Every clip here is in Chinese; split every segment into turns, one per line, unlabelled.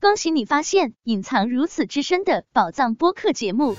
恭喜你发现隐藏如此之深的宝藏播客节目。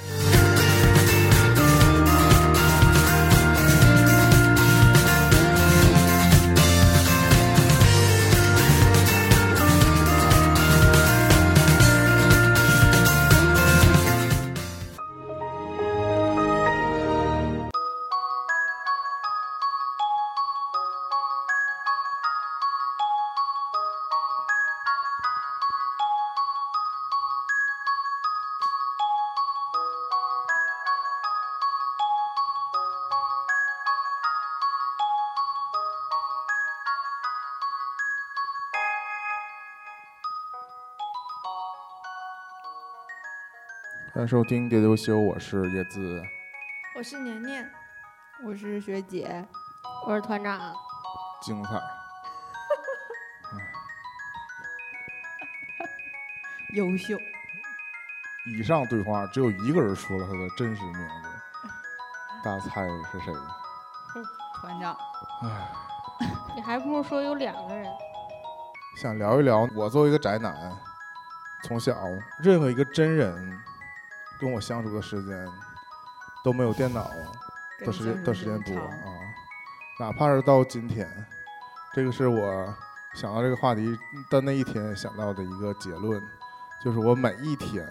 欢迎收听《喋喋不休》，我是叶子。
我是年年，
我是学姐，我是团长。啊
精彩，
优秀，
以上对话只有一个人说了他的真实名字，大家猜是谁？
团长，
你还不如说有两个人。
想聊一聊我作为一个宅男，从小任何一个真人跟我相处的时间都没有电脑的时间的时间多啊，哪怕是到今天，这个是我想到这个话题的那一天想到的一个结论，就是我每一天，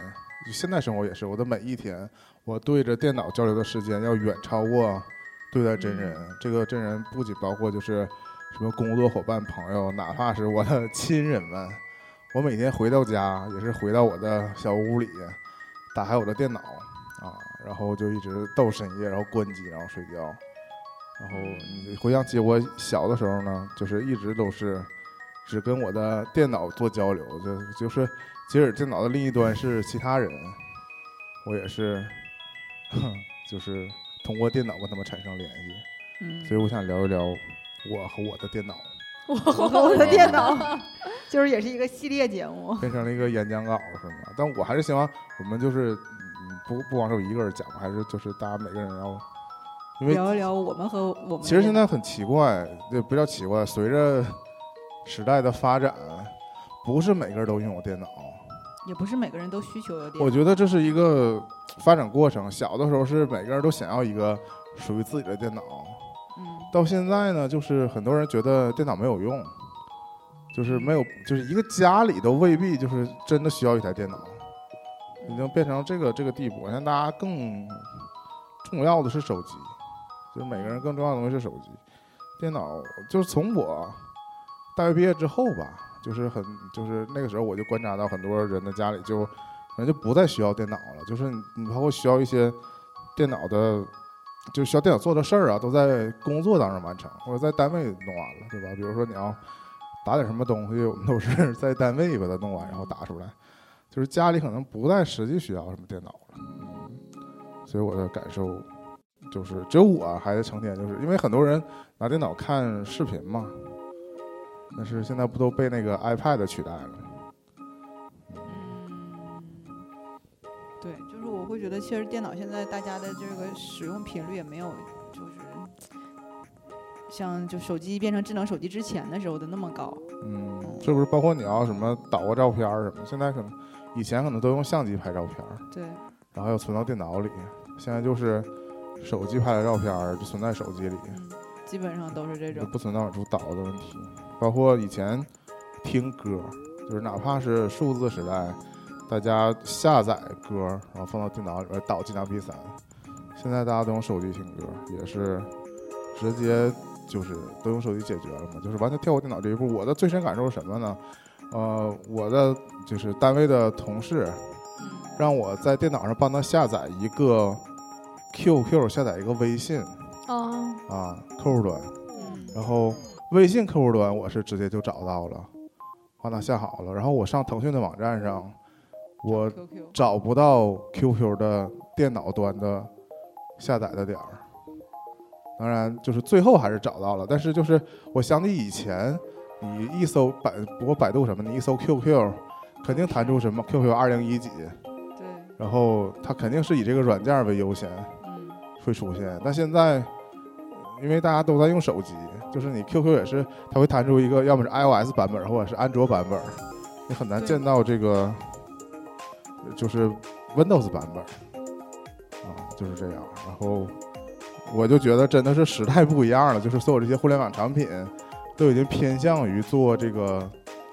就现在生活也是，我的每一天，我对着电脑交流的时间要远超过对待真人。这个真人不仅包括就是什么工作伙伴、朋友，哪怕是我的 亲人们，我每天回到家也是回到我的小屋里，打开我的电脑啊，然后就一直到深夜，然后关机，然后睡觉。然后你回想起我小的时候呢，就是一直都是只跟我的电脑做交流，就就是即使电脑的另一端是其他人，我也是，哼，就是通过电脑跟他们产生联系。
嗯
所以我想聊一聊我和我的电脑
我和我的电脑 就是也是一个系列节目。
变成了一个演讲稿是吗？但我还是希望我们就是嗯不不光是我一个人讲吧，还是就是大家每个人要，因为
聊一聊我们和我们。
其实现在很奇怪，也不叫奇怪，随着时代的发展，不是每个人都拥有电脑。
也不是每个人都需求有电
我
脑，
觉得这是一个发展过程。小的时候是每个人都想要一个属于自己的电脑，
嗯，
到现在呢，就是很多人觉得电脑没有用，就是没有，就是一个家里都未必就是真的需要一台电脑，已经变成这个这个地步。现在大家更重要的是手机，就是每个人更重要的东西是手机。电脑就是从我大学毕业之后吧，就是很就是那个时候我就观察到很多人的家里就可能就不再需要电脑了，就是你你包括需要一些电脑的就需要电脑做的事儿啊，都在工作当中完成，或者在单位弄完了，对吧？比如说你要打点什么东西，我们都是在单位把它弄啊完，然后打出来。就是家里可能不再实际需要什么电脑了，所以我的感受就是，只有我还在成天就是因为很多人拿电脑看视频嘛，但是现在不都被那个 iPad 取代了？
对，就是我会觉得，其实电脑现在大家的这个使用频率也没有，就是像就手机变成智能手机之前的时候的那么高。
嗯，是不是包括你要什么导个照片儿什么？现在可能以前可能都用相机拍照片儿，
对，
然后要存到电脑里，现在就是手机拍的照片儿就存在手机里，
嗯，基本上都是这
就
种。
不存在往出导的问题。包括以前听歌，就是哪怕是数字时代，大家下载歌，然后放到电脑里边导进 MP 3现在大家都用手机听歌，也是直接就是都用手机解决了嘛，就是完全跳过电脑这一步。我的最深感受是什么呢？呃，我的就是单位的同事，
嗯
让我在电脑上帮他下载一个 QQ，下载一个微信
哦，
啊客户端，
嗯
然后微信客户端我是直接就找到了，帮他下好了，然后我上腾讯的网站上，我
QQ
找不到 QQ 的电脑端的下载的点儿。当然，就是最后还是找到了，但是就是我想起以前，你一搜百，不过百度什么，你一搜 QQ，肯定弹出什么 QQ 二零一几，
对，
然后它肯定是以这个软件为优先
嗯，
会出现。但现在，因为大家都在用手机，就是你 QQ 也是，它会弹出一个要么是 iOS 版本，或者是安卓版本，你很难
对
见到这个，就是 Windows 版本啊，就是这样。然后我就觉得真的是时代不一样了，就是所有这些互联网产品都已经偏向于做这个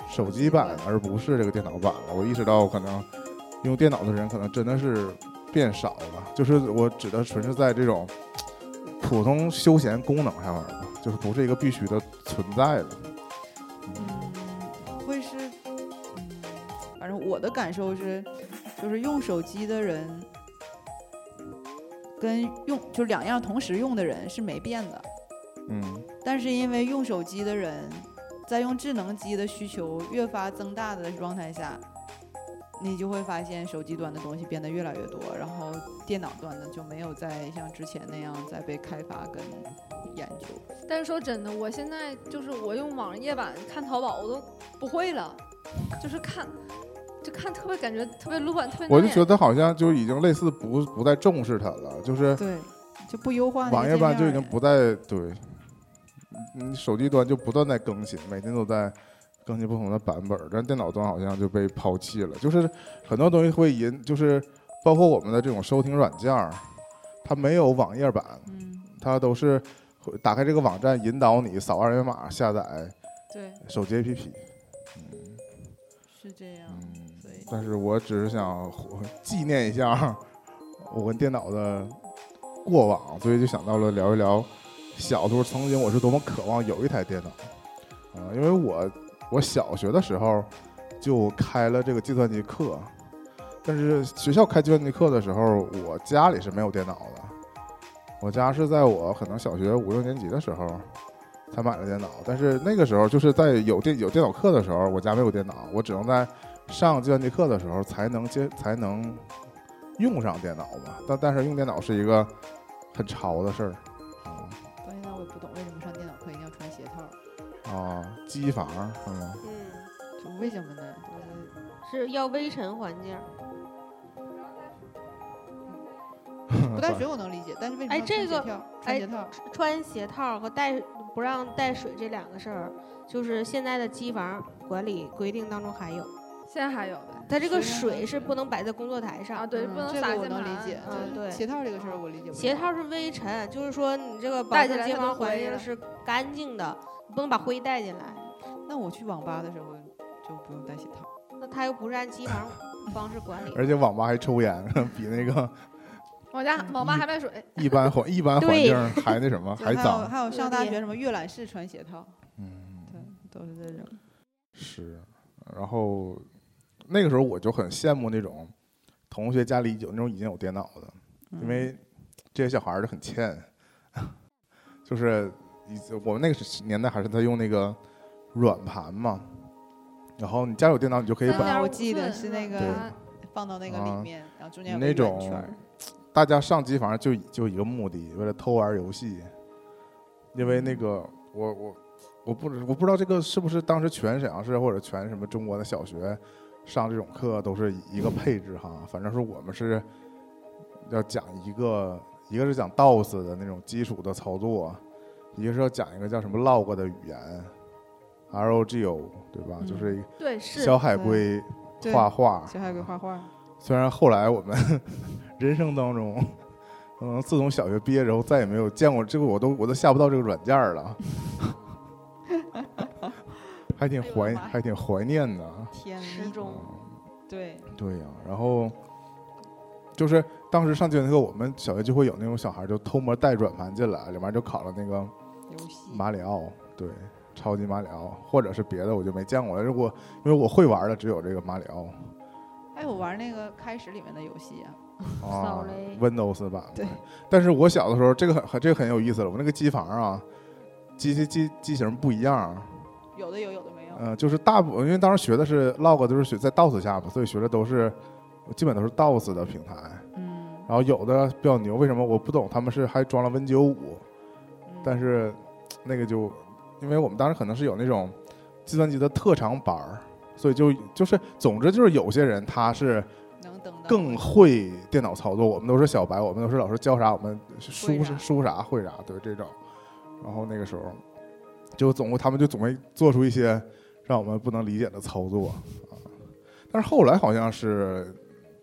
手机版，而不是这个电脑版了。我意识到，可能用电脑的人可能真的是变少了，就是我指的纯是在这种普通休闲功能上面吧，就是不是一个必须的存在了。
嗯，会是，嗯，反正我的感受是，就是用手机的人跟用就两样同时用的人是没变的，
嗯
但是因为用手机的人在用智能机的需求越发增大的状态下，你就会发现手机端的东西变得越来越多，然后电脑端的就没有再像之前那样再被开发跟研究。
但是说真的，我现在就是我用网页版看淘宝，我都不会了，就是看，就看特别感觉特别乱，特别
我就觉
得
得好像就已经类似不不再重视它了，就是
对，就不优化那个
网页
界
版
面
就
儿
已经
了
不再对，你手机端就不断在更新，每天都在更新不同的版本儿，但电脑端好像就被抛弃了。就是很多东西会引，就是包括我们的这种收听软件儿，它没有网页版，
嗯，
它都是会打开这个网站引导你扫二维码下载
对，
手机 APP。
是这样。
嗯
所以，
但是我只是想回纪念一下我跟电脑的过往，所以就想到了聊一聊小时候曾经我是多么渴望有一台电脑啊、因为我我小学的时候就开了这个计算机课，但是学校开计算机课的时候，我家里是没有电脑的，我家是在我可能小学五六年级的时候。才买了电脑，但是那个时候就是在有电有电脑课的时候，我家没有电脑，我只能在上计算机课的时候才能接才能用上电脑嘛。但但是用电脑是一个很潮的事儿啊
到现在我也不懂为什么上电脑课一定要穿鞋套儿，
啊，机房是吗？
嗯，
就为什么呢？就是
是要微尘环境。
嗯
不带水我能理解，但是为什么
哎
要穿
这
鞋
个
套儿穿鞋套儿？
哎穿鞋套和带不让带水这两个事儿，就是现在的机房管理规定当中还有。
现在还有呗
它这个
是啊
水是不能摆在工作台
啊，
上，
对，
嗯
不能
这
撒
个我
键
能理
盘
解，
嗯
就是
对
鞋套儿这个事儿我理解不了。
鞋套是微尘，就是说你这个保
带
证
进来
街
它都
坊环
灰
境
了
是干净的，你不能把灰带进来。
那我去网吧的时候就不用带鞋套
啊
儿。
那他又不是按机房方式管理，
而且网吧还抽烟， 比那个
我家
嗯
网吧还卖水，
一般环一般环
对
境还那什么
就
还
还有
脏。
还有上大
恶
学
劣
什么阅览室穿鞋套儿，
嗯，
对，都是这种。
是。然后那个时候我就很羡慕那种同学家里有那种已经有电脑的，
嗯
因为这些小孩儿就很欠， 就是以我们那个时年代还是在用那个软盘嘛，然后你家有电脑，你就可以
三
把
点
3.5
我记得
寸
是那
吧
个
啊
嗯放到那个
啊
里面，然后中间有
那
个圆
种
圈儿。
大家上机房就以就一个目的，为了偷玩游戏，因为那个我我我不知我不知道这个是不是当时全沈阳市或者全什么中国的小学上这种课都是一个配置哈，反正是我们是要讲一个一个是讲 DOS 的那种基础的操作，一个是要讲一个叫什么 log 的语言，ROGO 对吧？
嗯
就是
对是
小海龟
对
画画，
小海龟画画儿，
虽然后来我们 人生当中，嗯，自从小学毕业之后，再也没有见过这个，我都我都下不到这个软件儿了， 还挺
哎呦我
怀
的妈呀
还挺怀念的。啊
天
时
呐，
钟
对，
对呀、然后就是当时上计算机课，我们小学就会有那种小孩儿就偷摸带转盘进来，里面就拷了那个
游戏。
马里奥，对，超级马里奥，或者是别的我就没见过了。如果因为我会玩的只有这个马里奥
哎，我玩那个开始里面的游戏啊，
啊
扫雷
，Windows 版的
对。
但是我小的时候，这个很这个很有意思了。我那个机房啊，机机机机型不一样，
有的有，有的没有。
嗯、就是大部分因为当时学的是 log，都是学在 DOS 下嘛，所以学的都是基本都是 DOS 的平台。
嗯，
然后有的比较牛，为什么我不懂？他们是还装了 Win 九五，但
是
是那个就因为我们当时可能是有那种计算机的特长班儿，所以就就是总之就是有些人他是。
能等到嗯
更会电脑操作。我们都是小白，我们都是老师教啥，我们
会
输
啥
输啥会啥，对这种。然后那个时候，就总会他们就总会做出一些让我们不能理解的操作啊。但是后来好像是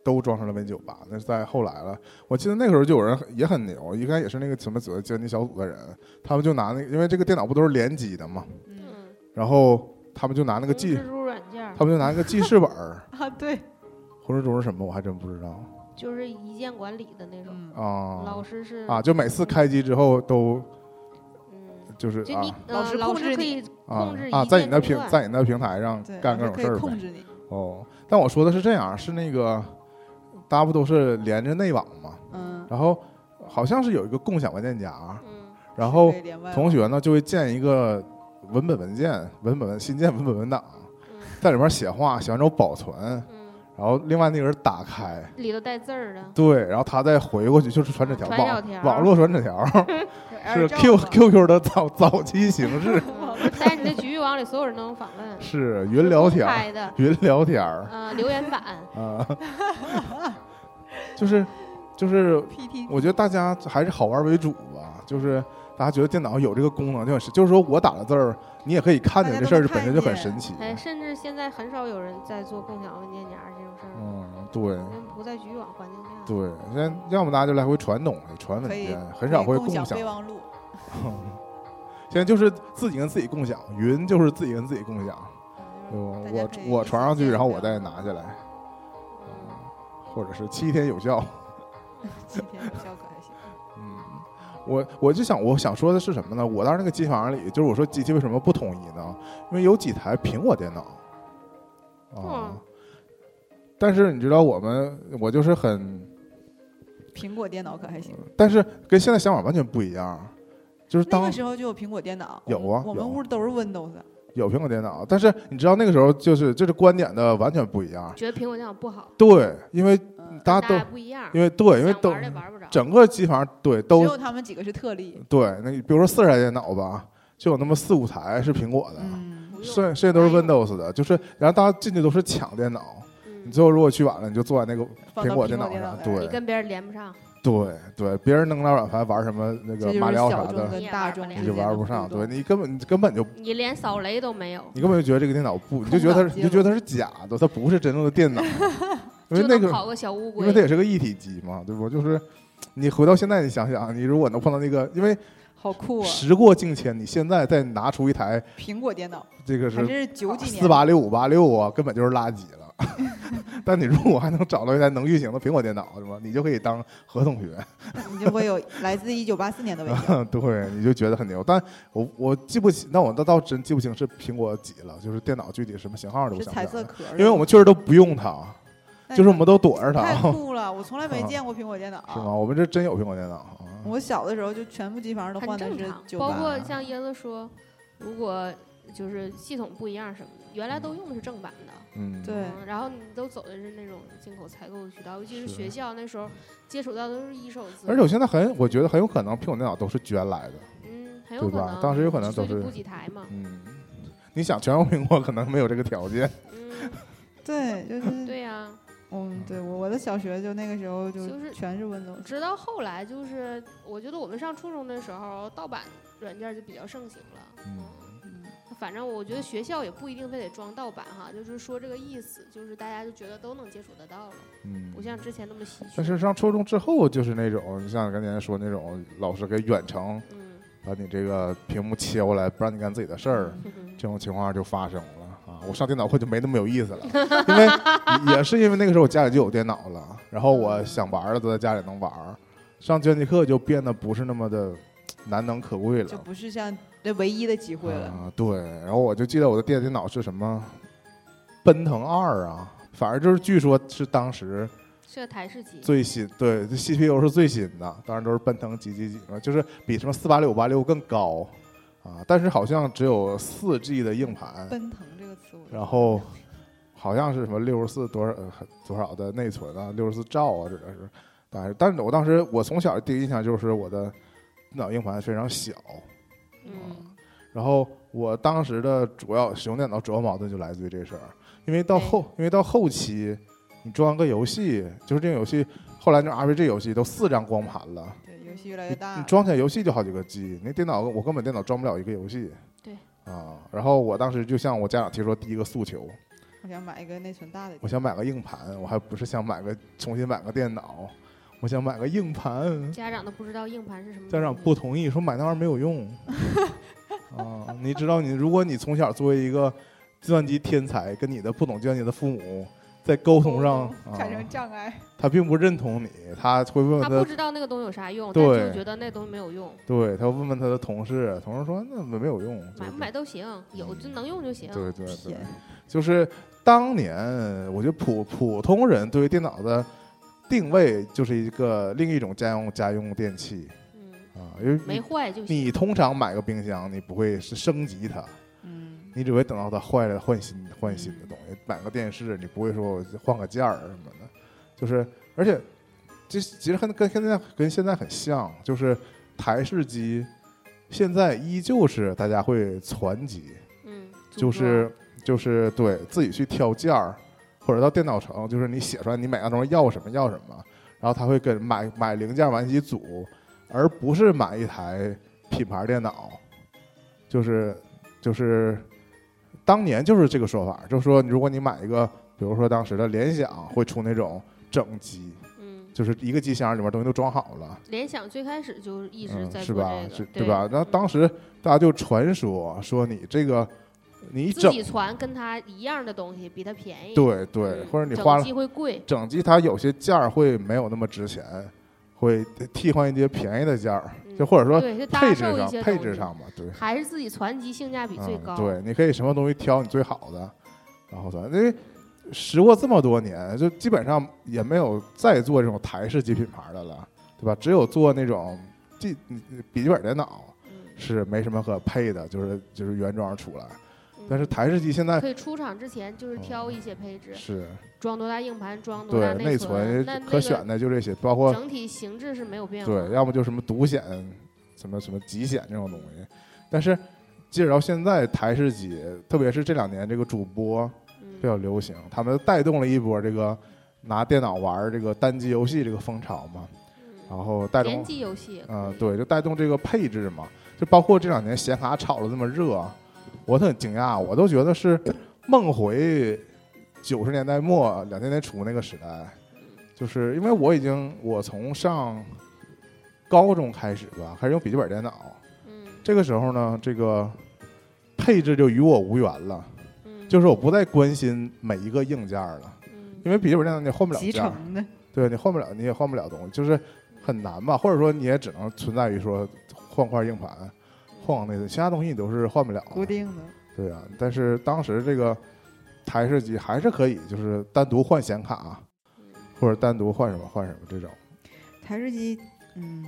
都装成了 Win 九八，那是在后来了。我记得那个时候就有人很也很牛，应该也是那个什么所谓经济小组的人，他们就拿那个，因为这个电脑不都是联机的嘛，
嗯，
嗯，
然后他们就拿那个记
蜘，蛛软件儿
他们就拿那个记事本儿，
啊，对，
红蜘蛛是什么我还真不知道
就是一键管理的那种。
嗯
啊
老师是
啊，，就每次开机之后都
嗯，
就是
就你
啊
呃
老师
老
控制
师可
你
以
啊
控制
啊，
一
在
键
你的
中
平
断
在你的平台上
对，
干
老
各种
师
事
可
儿
以控
呗。
制你，
哦，但我说的是这样，啊是那个大家不都是连着内网嘛，
嗯，
然后好像是有一个共享文件夹，啊
嗯
然后
是可以连外
哦同
网
学呢就会建一个文本文件、文本文新建文本文档，
嗯
在里面写话，写完之后保存，
嗯，
然后另外那个人打开，
里头带字儿的，
对，然后他再回过去就是传纸条，
啊传小
网
条
网络传纸 条是 Q
Q
Q Q 的早早期形式，
嗯 在你的局域网里，所有人都能访 问，
是云聊天儿，
开的，
云聊天儿
呃，留言板，
啊，就是就是，
PT，
我觉得大家还是好玩为主吧，就是。大家觉得电脑有这个功能就很神，就是说我打了字儿，你也可以看见，
大家
这
都
事儿
能
本身
看
就很
见
神奇。
哎，甚至现在很少有人在做共享文件夹这种事儿，
嗯，对
因为不在局域网环境下。
对，现在要么大家就来回传东西、传文
可以
件，很少会
共享
享
备。忘录，
现在就是自己跟自己共享，云就是自己跟自己共享，对吧
大？家
我
可以
我
一起
传上去，
建
然后
备
我
忘
再
录
拿下来，
嗯
或者是七天有效。
七天有效可还行，
嗯，我我就想我想说的是什么呢？我当时那个机房里，就是我说机器为什么不统一呢？因为有几台苹果电脑，啊，
嗯
但是你知道我们我就是很
苹果电脑可还行，
但是跟现在想法完全不一样，就是
那
当
个时候就有苹果电脑，
有啊
我们
有
屋都是 Windows，的
有苹果电脑，但是你知道那个时候就是这是观点的完全不一样。
觉得苹果电脑不好，
对，因为
嗯，
大家
大
都
家不一样，
因为对，因为
想
都
玩儿也玩不着。
整个机房对
只
都
有他们几个是特例，
对，那比如说四十台电脑吧，就有那么四五台是苹果的，
嗯，
不用
剩剩下都是
哪有
Windows 的，就是然后大家进去都是抢电脑，
嗯
你最后如果去晚了，你就坐在那个
放到
苹果
电
电脑
上
上，，
你
对
跟别人连不上，
对对，别人能拿软盘玩什么那
这
个
就
马
是
里奥
小
啥
众
的，
你
跟
也
大
玩不
众
了
之
你
间
就玩
的
不
互
上，
动
对你根本你根本就
你连扫雷都没有，
你根本就觉得这个电脑不，你就觉得它是，你就觉得它是假的，它不是真正的电脑，因为
就
那
能
个，
跑个小乌
因为它
龟。
也是个一体机嘛，对不？就是你回到现在，你想想，你如果能碰到那个，因为
好酷啊！
时过境迁，你现在再拿出一台
苹果电脑
这个
还
是
是九几年
四八六五八六啊，根本就是垃圾 了。但你如果还能找到一台能运行的苹果电脑，是吧？你就可以当何同学，
你就会有来自一九八四年的味道。
对，你就觉得很牛。但我我记不清，但我倒倒真记不清是苹果几了，就是电脑具体什么型 号的，我
是
想
彩
不起
色
来了。
壳儿的，
因为我们确实都不用它，
那
就是我们都躲着它。
太酷了，我从来没
啊
见过苹果电
是
脑。
吗？我们这真有苹果电脑啊！
我小的时候就全部机房都
很
换的
正
是啊
常，
九
包
八，
括像椰子说，如果就是系统不一样什么的，原来都用的是正版的，
嗯，
对
嗯，然后你都走的是那种进口采购的渠道，尤其是
是
学校那时候接触到的都是一手资，
而且我现在很，我觉得很有可能苹果电脑都是捐来的。
嗯，很有
对
可
吧
能，
当时有可能
所以
都
就是不几台嘛，
嗯，你想全用苹果可能没有这个条件。
嗯，
对， 就是
对呀、
嗯，对我我的小学就那个时候就
就是
全是 Windows，
直到后来就是，我觉得我们上初中的时候，盗版软件就比较盛行了，
嗯
嗯
反正我觉得学校也不一定非得装盗版哈，就是说这个意思，就是大家就觉得都能接触得到了，
嗯，
不像之前那么稀缺。
但是，上初中之后，就是那种你像刚才说那种老师给远程
嗯，
把你这个屏幕切过来，不让你干自己的事儿，
嗯
这种情况就发生了啊！我上电脑课就没那么有意思了，因为也是因为那个时候我家里就有电脑了，然后我
嗯
想玩儿的都在家里能玩儿，上拳击课就变得不是那么的难能可贵了
就。不是像这唯一的机会了。
啊，对，然后我就记得我的电子电脑是什么，奔腾二啊，反正就是据说是当时
是个台式机，
最新，对这，CPU 是最新的，当然都是奔腾几几几嘛，就是比什么四八六五八六更高啊，但是好像只有四 G 的硬盘，
奔腾这个词，我
然后好像是什么六十四多少呃多少的内存啊，六十四兆啊，指的是。但是，但是我当时我从小第一印象就是我的电脑硬盘非常小，
嗯，
然后我当时的主要使用电脑主要矛盾就来自于这事儿，因为到后，因为到后期你装个游戏，就是这种游戏，后来那种 RPG 游戏都四张光盘了，
对游戏越来
你
越大
嗯
你，装起来游戏就好几个 G，那电脑我根本电脑装不了一个游戏。
对。
啊，然后我当时就向我家长提出了第一个诉求，
我想买一个内存大的。
我想买个硬盘，我还不是想买个重新买个电脑，我想买个硬盘。
家长都不知道硬盘是什么东西。
家长不同意，说买那玩意儿没有 用。啊，你知道你，如果你从小作为一个计算机天才，跟你的不懂计算机的父母在沟通上、
哦
啊、
产生障碍，
他并不认同你，他会问
他不
问他，
知道那个东西有啥用，但
对
就是觉得那东西没有用，
对他会问问他的同事，同事说那没有用，就
买
是
不买啊都行，有就能用就行。
嗯对对对
天，
就是当年，我觉得普普通人对于电脑的定位就是一个另一种家用家用电器
嗯，
啊，因为
没
你
坏就行。
你通常买个冰箱，你不会是升级它，
嗯，
你只会等到它坏了换新换新的东西。买个电视，你不会说我换个架儿什么的，就是而且其实其实跟跟现在跟现在很像，就是台式机现在依旧是大家会攒机。
嗯，组
就
装
是就是对自己去挑件儿，或者到电脑城，就是你写出来你每样东西要什么要什么，然后他会跟买买零件往一起组，而不是买一台品牌电脑，就是就是当年就是这个说法，就是说如果你买一个，比如说当时的联想会出那种整机，
嗯，
就是一个机箱里面东西都装好了。
联想最开始就一直在
嗯、是
做
吧？
这个，
是对吧？然后当时大家就传说说你这个，你
自
整
己传跟它一样的东西比它便宜，
对对，
嗯
或者你
整
花了
机会贵，
整机，它有些件儿会没有那么值钱，会替换一些便宜的件儿，就
嗯
或者说
对，就搭
配置
售一
上
些
配
东
置
西，
上嘛，对，
还是自己传机性价比最
嗯
高。
对，你可以什么东西挑你最好的，然后算，因为时过这么多年，就基本上也没有再做这种台式机品牌的了，对吧？只有做那种记笔记本电脑
嗯，
是没什么可配的，就是就是原装出来，
嗯
但是台式机现在
可以出厂之前就是挑一些配置，
是
装多大硬盘，装多大
对内
存
存，
啊那
可选
那
的就这些，包括
个整体形制是没有变化。
对，要么就什么独显、什么什么极显这种东西。但是，截止到现在，台式机，特别是这两年这个主播
嗯
比较流行，他们带动了一波这个拿电脑玩儿这个单机游戏这个风潮嘛，
嗯，
然后带
联
动，
机游戏也可以，
嗯、对，就带动这个配置嘛，就包括这两年显卡炒的这么热，啊我都很惊讶，我都觉得是梦回九十年代末两千年初那个时代，就是因为我已经我从上高中开始吧，开始用笔记本电脑，
嗯
这个时候呢，这个配置就与我无缘了，
嗯，
就是我不再关心每一个硬件了，
嗯
因为笔记本电脑你换不了
集
件儿，
成的，
对你换不了，你也换不了东西，就是很难吧，或者说你也只能存在于说换块硬盘，换那个，其他东西你都是换不了的，
固定的，
对啊，但是当时这个台式机还是可以，就是单独换显卡，啊
嗯
或者单独换什么换什么这种。
台式机，嗯，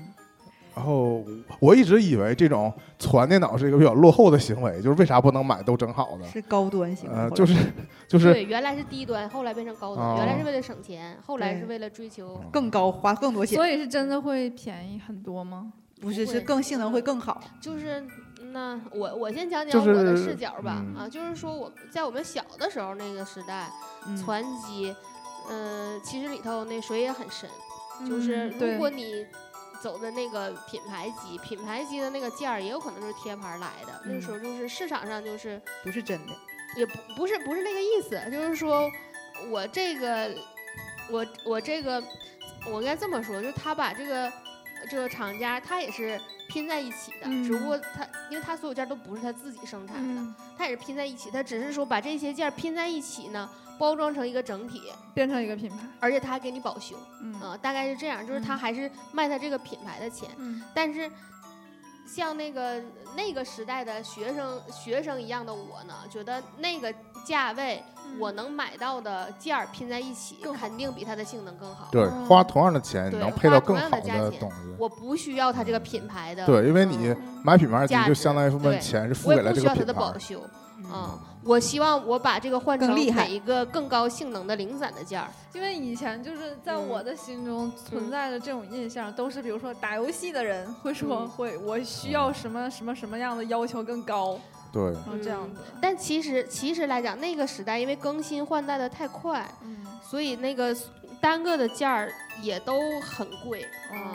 然后我一直以为这种攒电脑是一个比较落后的行为，就是为啥不能买都整好的？
是高端型
嗯
的，
呃，
或者
就是就是
对，原来是低端，后来变成高
哦
端，原来是为了省钱，后来
对
是为了追求
嗯
更高，花更多钱，
所以是真的会便宜很多吗？
不是，
不
是
会
更性能会更好。
就是那我我先讲
就
讲
是
我的视角吧、
嗯
啊，就是说我在我们小的时候那个时代，
嗯
传机，嗯、其实里头那水也很深，就是
嗯
如果
对，
你走的那个品牌机，品牌机的那个件儿也有可能就是贴牌儿来的，那
嗯
时候就是市场上就是
不是真的，
也不不是不是那个意思，就是说我这个我我这个我应该这么说，就是他把这个这个厂家他也是拼在一起的，
嗯
只不过他因为他所有件儿都不是他自己生产的，
嗯，
他也是拼在一起，他只是说把这些件儿拼在一起呢，包装成一个整体，
变成一个品牌，
而且他还给你保修啊、
嗯
大概是这样，就是他
嗯
还是卖他这个品牌的钱，
嗯
但是像那个那个时代的学生学生一样的我呢，觉得那个价位我能买到的件儿拼在一起，
更好
肯定比它的性能更好。
对，花同样的钱你
哦对
能配到更
花
好
同样的
的
价钱
东西。
我不需要它这个品牌的，
对，因为你
嗯
买品牌机
价值
就相当于部分
对
钱是付
我
给
也
了
不
这
需
个
要它
品
的
牌
保。修。
哦
嗯，
嗯，我希望我把这个换成
更厉害
每一个更高性能的零散的件儿。
因为以前就是在
嗯
我的心中存
嗯
在着这种印象，都是比如说打游戏的人会说
嗯
会我需要什么什么什么样的要求更高，
对，
然后
嗯
这样子，
但其实其实来讲，那个时代因为更新换代的太快，
嗯，
所以那个单个的件儿也都很贵啊。
哦，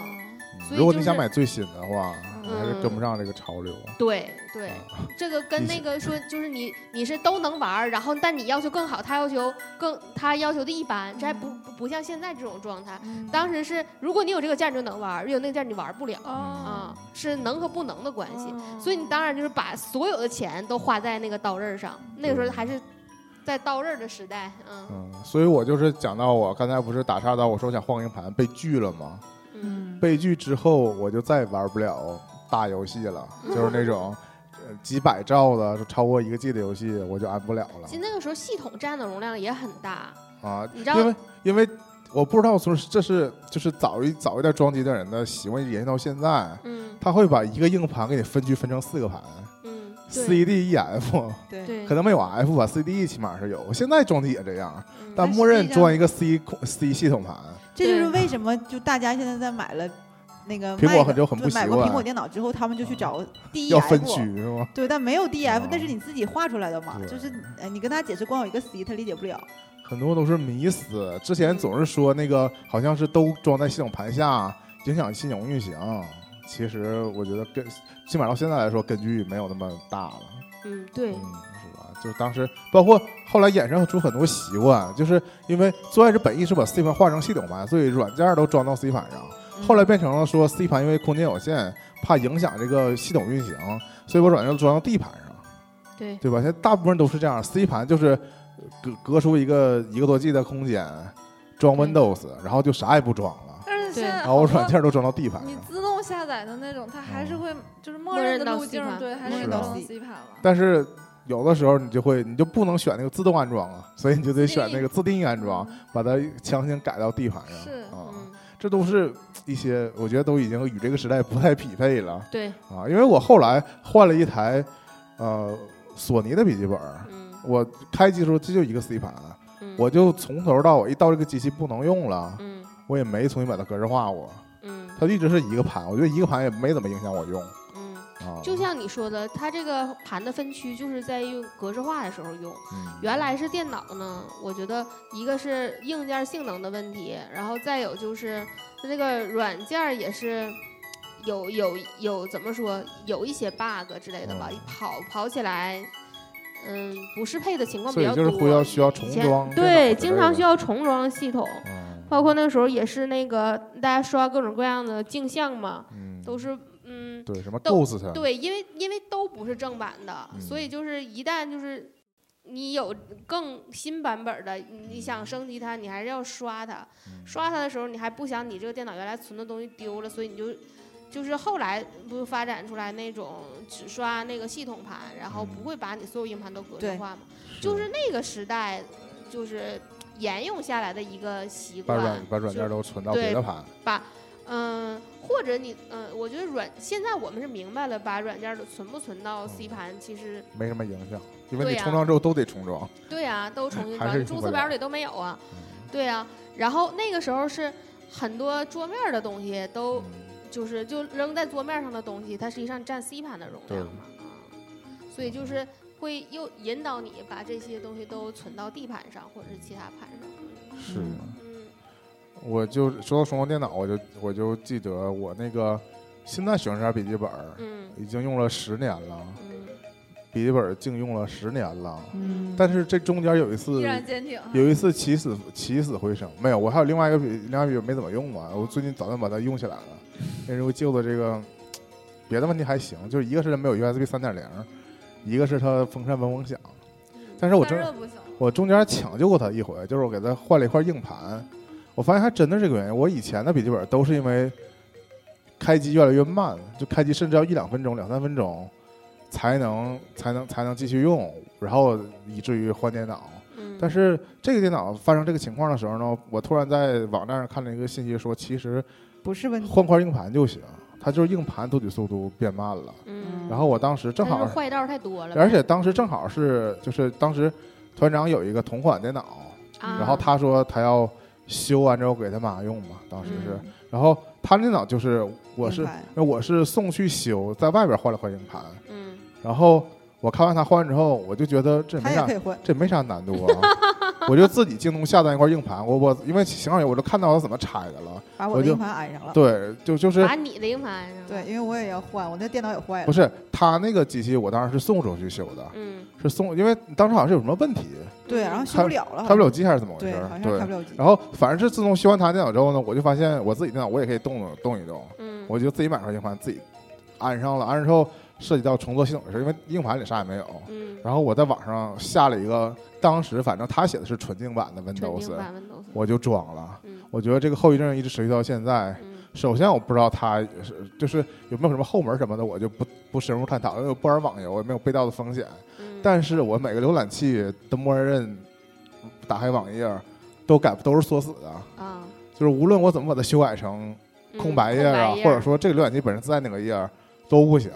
所以
如果
就
你想
是嗯
买最新的话，你还是跟不上这个潮流。
对对，
啊
这个跟
你
那
是
个说，就是你你是都能玩儿，然后但你要求更好，他要求更他要求的一般，这还不不不像现在这种状态。
嗯
当时是，如果你有这个价你就能玩儿，有那个价你玩儿不了
啊
啊，是能和不能的关系。
啊
所以你当然就是把所有的钱都花在那个刀刃上，那个时候还是在刀刃的时代，嗯
嗯，所以我就是讲到我刚才不是打岔到我说想换个硬盘被拒了吗？
嗯
嗯，
被拒之后我就再也玩不了大游戏了，就是那种呃几百兆的就超过一个 G 的游戏我就安不了
其实那个时候系统占的容量也很大，
了啊，
你知道
因为因为我不知道从这是就是早一早一代装机的人的习惯延续到现在，
嗯
他会把一个硬盘给你分区分成四个盘
嗯，对
，CD、EF。
对，
对
可，能没有 F 吧，CD 起码是有。现在装机也这样，
嗯
但
但
默
实际
认
上
装一个 C 控 C 系统盘。
这就是
对
为什么就大家现在在买了那个
苹果
Mac，
很就很
对
不
买
习
过苹果
惯嗯
电脑之后，他们就去找 D E
要分
F，
区是吗？
对，但没有 D E F，那是
哦
你自己画出来的嘛，
对
就是呃你跟他解释光有一个 C，他理解不了，
很多都是迷思。之前总是说那个好像是都装在系统盘下，影响系统运行。其实我觉得跟起码到现在来说，根据没有那么大了。
嗯对
嗯，是吧？就是当时包括后来衍生出很多习惯，就是因为最开始本意是把 C 盘画成系统盘，所以软件都装到 C 盘上。后来变成了说 C 盘因为空间有限，怕影响这个系统运行，所以把软件装到 D 盘上，
对
对吧？现在大部分都是这样，C 盘就是隔隔出一个一个多 G 的空间装
对
Windows，然后就啥也不装了，
但是现
对
在
然
好
后
多
软件都嗯装到 D 盘
你
上。
自动下载的那种，它还是会就是默
默
认
认
的
到
路
C
径，
盘
对，还是
是
会导
啊
到 C 盘了。
但是有的时候你就会，你就不能选那个自动安装了，所以你就得选那个自定义安装，
嗯
把它强行改到 D 盘上。
是
啊，
嗯
这都是一些我觉得都已经与这个时代不太匹配了。
对
啊，因为我后来换了一台，呃，索尼的笔记本儿，
嗯
我开机的时候这就一个 C 盘，
嗯
我就从头到尾，一到这个机器不能用了，
嗯
我也没重新把它格式化过，
嗯
它一直是一个盘，我觉得一个盘也没怎么影响我用
嗯。
啊。
就像你说的，它这个盘的分区就是在用格式化的时候用。
嗯
原来是电脑呢，我觉得一个是硬件性能的问题，然后再有就是它这个软件儿也是有有有怎么说，有一些 bug 之类的吧，
嗯
跑跑起来，嗯，不适配的情况
所
比
以
较
就是
多。
会要需要重
以前
装电脑之类的，
对，经常需要重装系统，
嗯，
包括那个时候也是那个大家刷各种各样的镜像嘛，
嗯
都是嗯
对什么
都
Ghost
对，因为因为都不是正版的，
嗯
所以就是一旦就是你有更新版本的，你你想升级它，你还是要刷它。
嗯
刷它的时候，你还不想你这个电脑原来存的东西丢了，所以你就就是后来不是发展出来那种只刷那个系统盘，然后不
嗯
会把你所有硬盘都格式
对
化嘛？就是那个时代，就是沿用下来的一个习
把
惯。
软把软
就
件都存到
对
别的盘，
嗯，或者你，嗯，我觉得软现在我们是明白了，把软件儿都存不存
嗯
到 C 盘，其实
没什么影响，因为
对
你
呀
重装之后都得重装。
对啊，都重新
还
装，
是用
你
不
注册表
了
里都没有啊，
嗯
对啊。然后那个时候是很多桌面儿的东西
嗯
都就是就扔在桌面儿上的东西，它实际上占 C 盘的容
对
量嘛，啊，所以就是会又引导你把这些东西都存到 D 盘上或者是其他盘上，
嗯是
嗯
的。
嗯
我就说到重装电脑，我就我就记得我那个现在选这笔记本儿
嗯
已经用了十年了，
嗯
笔记本儿竟用了十年了。
嗯，
但是这中间有一次
依，然坚挺啊。
有一次起死起死回生，没有，我还有另外一个笔，另外一个没怎么用嘛，我最近打算把它用起来了。但是我记得这个别的问题还行，就是一个是它没有 USB 三点零，一个是它风扇嗡嗡响。但是我
散
真
热不行，
我中间抢救过它一回，就是我给它换了一块硬盘，我发现还真的是这个原因。我以前的笔记本都是因为开机越来越慢，就开机甚至要一两分钟、两三分钟才能才能才能继续用，然后以至于换电脑。
嗯，
但是这个电脑发生这个情况的时候呢，我突然在网站上看了一个信息说，其实
不是问题，
换块硬盘就行，它就是硬盘读取速度变慢了。
嗯，
然后我当时正
它
好
是坏道儿太多了呗，
而且当时正好是就是当时团长有一个同款电脑，
嗯
啊，
然后他说他要修完之后给他妈用嘛，当时是，
嗯
然后他那电脑就是我
硬
是
盘
那我是送去修，在外边换了块硬盘，
嗯
然后我看完他换完之后，我就觉得这
他
没
也
啥
可以换，
这没啥难度啊， 我就自己京东下单一块硬盘，我我因为邢小姐我都看到她怎么拆的了，
把
我
我的
就
硬盘安上了。
对，就就是
把你的硬盘是吧
对，，因为我也要换，我那电脑也坏了。
不，是她那个机器，我当时是送出去修的，
嗯，
是送，因为当时好像是有什么问题，
对，
嗯
然后修不了了，
开不了机还是怎么回
哦对，
事
好
儿
像？
对
开，不了机。
然后反正是自从修完她电脑之后呢，我就发现我自己电脑我也可以动动动一动，
嗯，
我就自己买块硬盘自己安上了，安上之后涉及到重做系统的事儿，因为硬盘里啥也没有。
嗯，
然后我在网上下了一个，当时反正他写的是纯净版的
纯净
Windows，嗯
版 Windows，
我就装了。
嗯
我觉得这个后遗症一直持续到现在。
嗯
首先，我不知道它是就是有没有什么后门什么的，我就不不深入探讨，因为我不玩网游，也没有被盗的风险。
嗯，
但是我每个浏览器的默认打开网页都改都是锁死的，
啊，
就是无论我怎么把它修改成
嗯
空
空
白页啊，或者说这个浏览器本身自带哪个页儿都不行，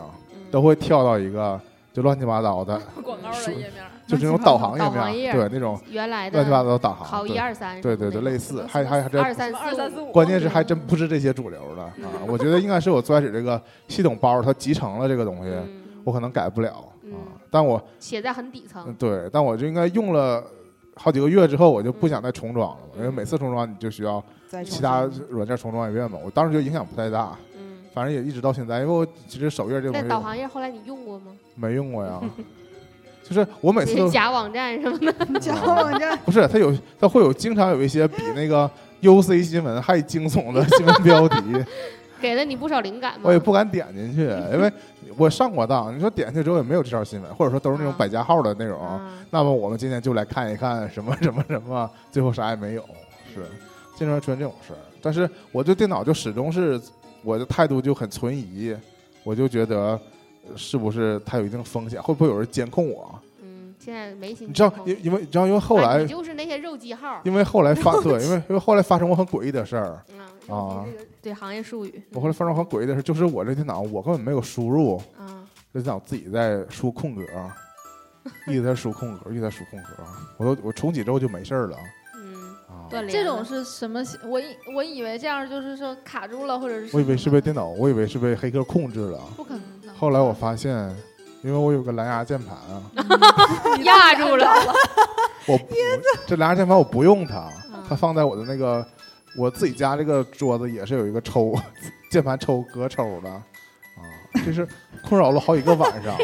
都
会
会跳到一个就乱七八糟 的，
广告
是
的页面儿，
就是那种导航
导航
页
页
面，
儿
对那种
原来的
乱七八糟的导航，
考一
对
二三，
对对对，类似，还还还
嗯二
真，
三
二三四 五，
关键是还真不是这些主流的
嗯
啊，我觉得应该是我最开始这个系统包它集成了这个东西，
嗯，
我可能改不了啊
嗯，
但我
写在很底
嗯
层，
对，但我就应该用了。好几个月之后，我就不想再重装了嘛，因为
嗯
每次重装你就需要
再
其
重
他
新
软件重装一遍嘛。我当时就影响不太大，
嗯，
反正也一直到现在，因为我其实首页这种
那
东西
导航页后来你用 过吗？
没用过 呀，就是我每次都
假网站什么的，
假网站，
不是，它有它会有经常有一些比那个 UC 新闻还惊悚的新闻标题，
给了你不少灵感吗？
我也不敢点进去，因为我上过当。你说点进去之后也没有这条新闻，或者说都是那种
啊
百家号的内容。
啊，
那么我们今天就来看一看什么什么什么，最后啥也没有，是经常出现这种事儿。但是我对电脑就始终是我的态度就很存疑，我就觉得呃是不是它有一定风险，会不会有人监控我？啊
嗯，现在没心情
你知道，
碰
因因为你知道，因为后
啊
来
你就是那些肉鸡号，
因为后来 发对，因为因为后来发生过很诡异的事儿。
嗯
啊
肉鸡这个对行业术语，
我后来发生过很诡异的事儿，就是我这电脑我根本没有输入，
啊，
这电脑自己在输空格，一直在输空格，一直在输空格。我都我重启之后就没事儿了
嗯，
啊。
断联
这种
了
是什么系？我以我以为这样就是说卡住了，或者是
我以为
什
是
么
被电脑，我以为是被黑客控制了。
不可能的。
后来我发现，因为我有个蓝牙键盘啊，
嗯
压住了，
我不这蓝牙键盘我不用它，它放在我的那个我自己家这个桌子也是有一个抽 键盘抽隔抽的啊，这是困扰了好几个晚上。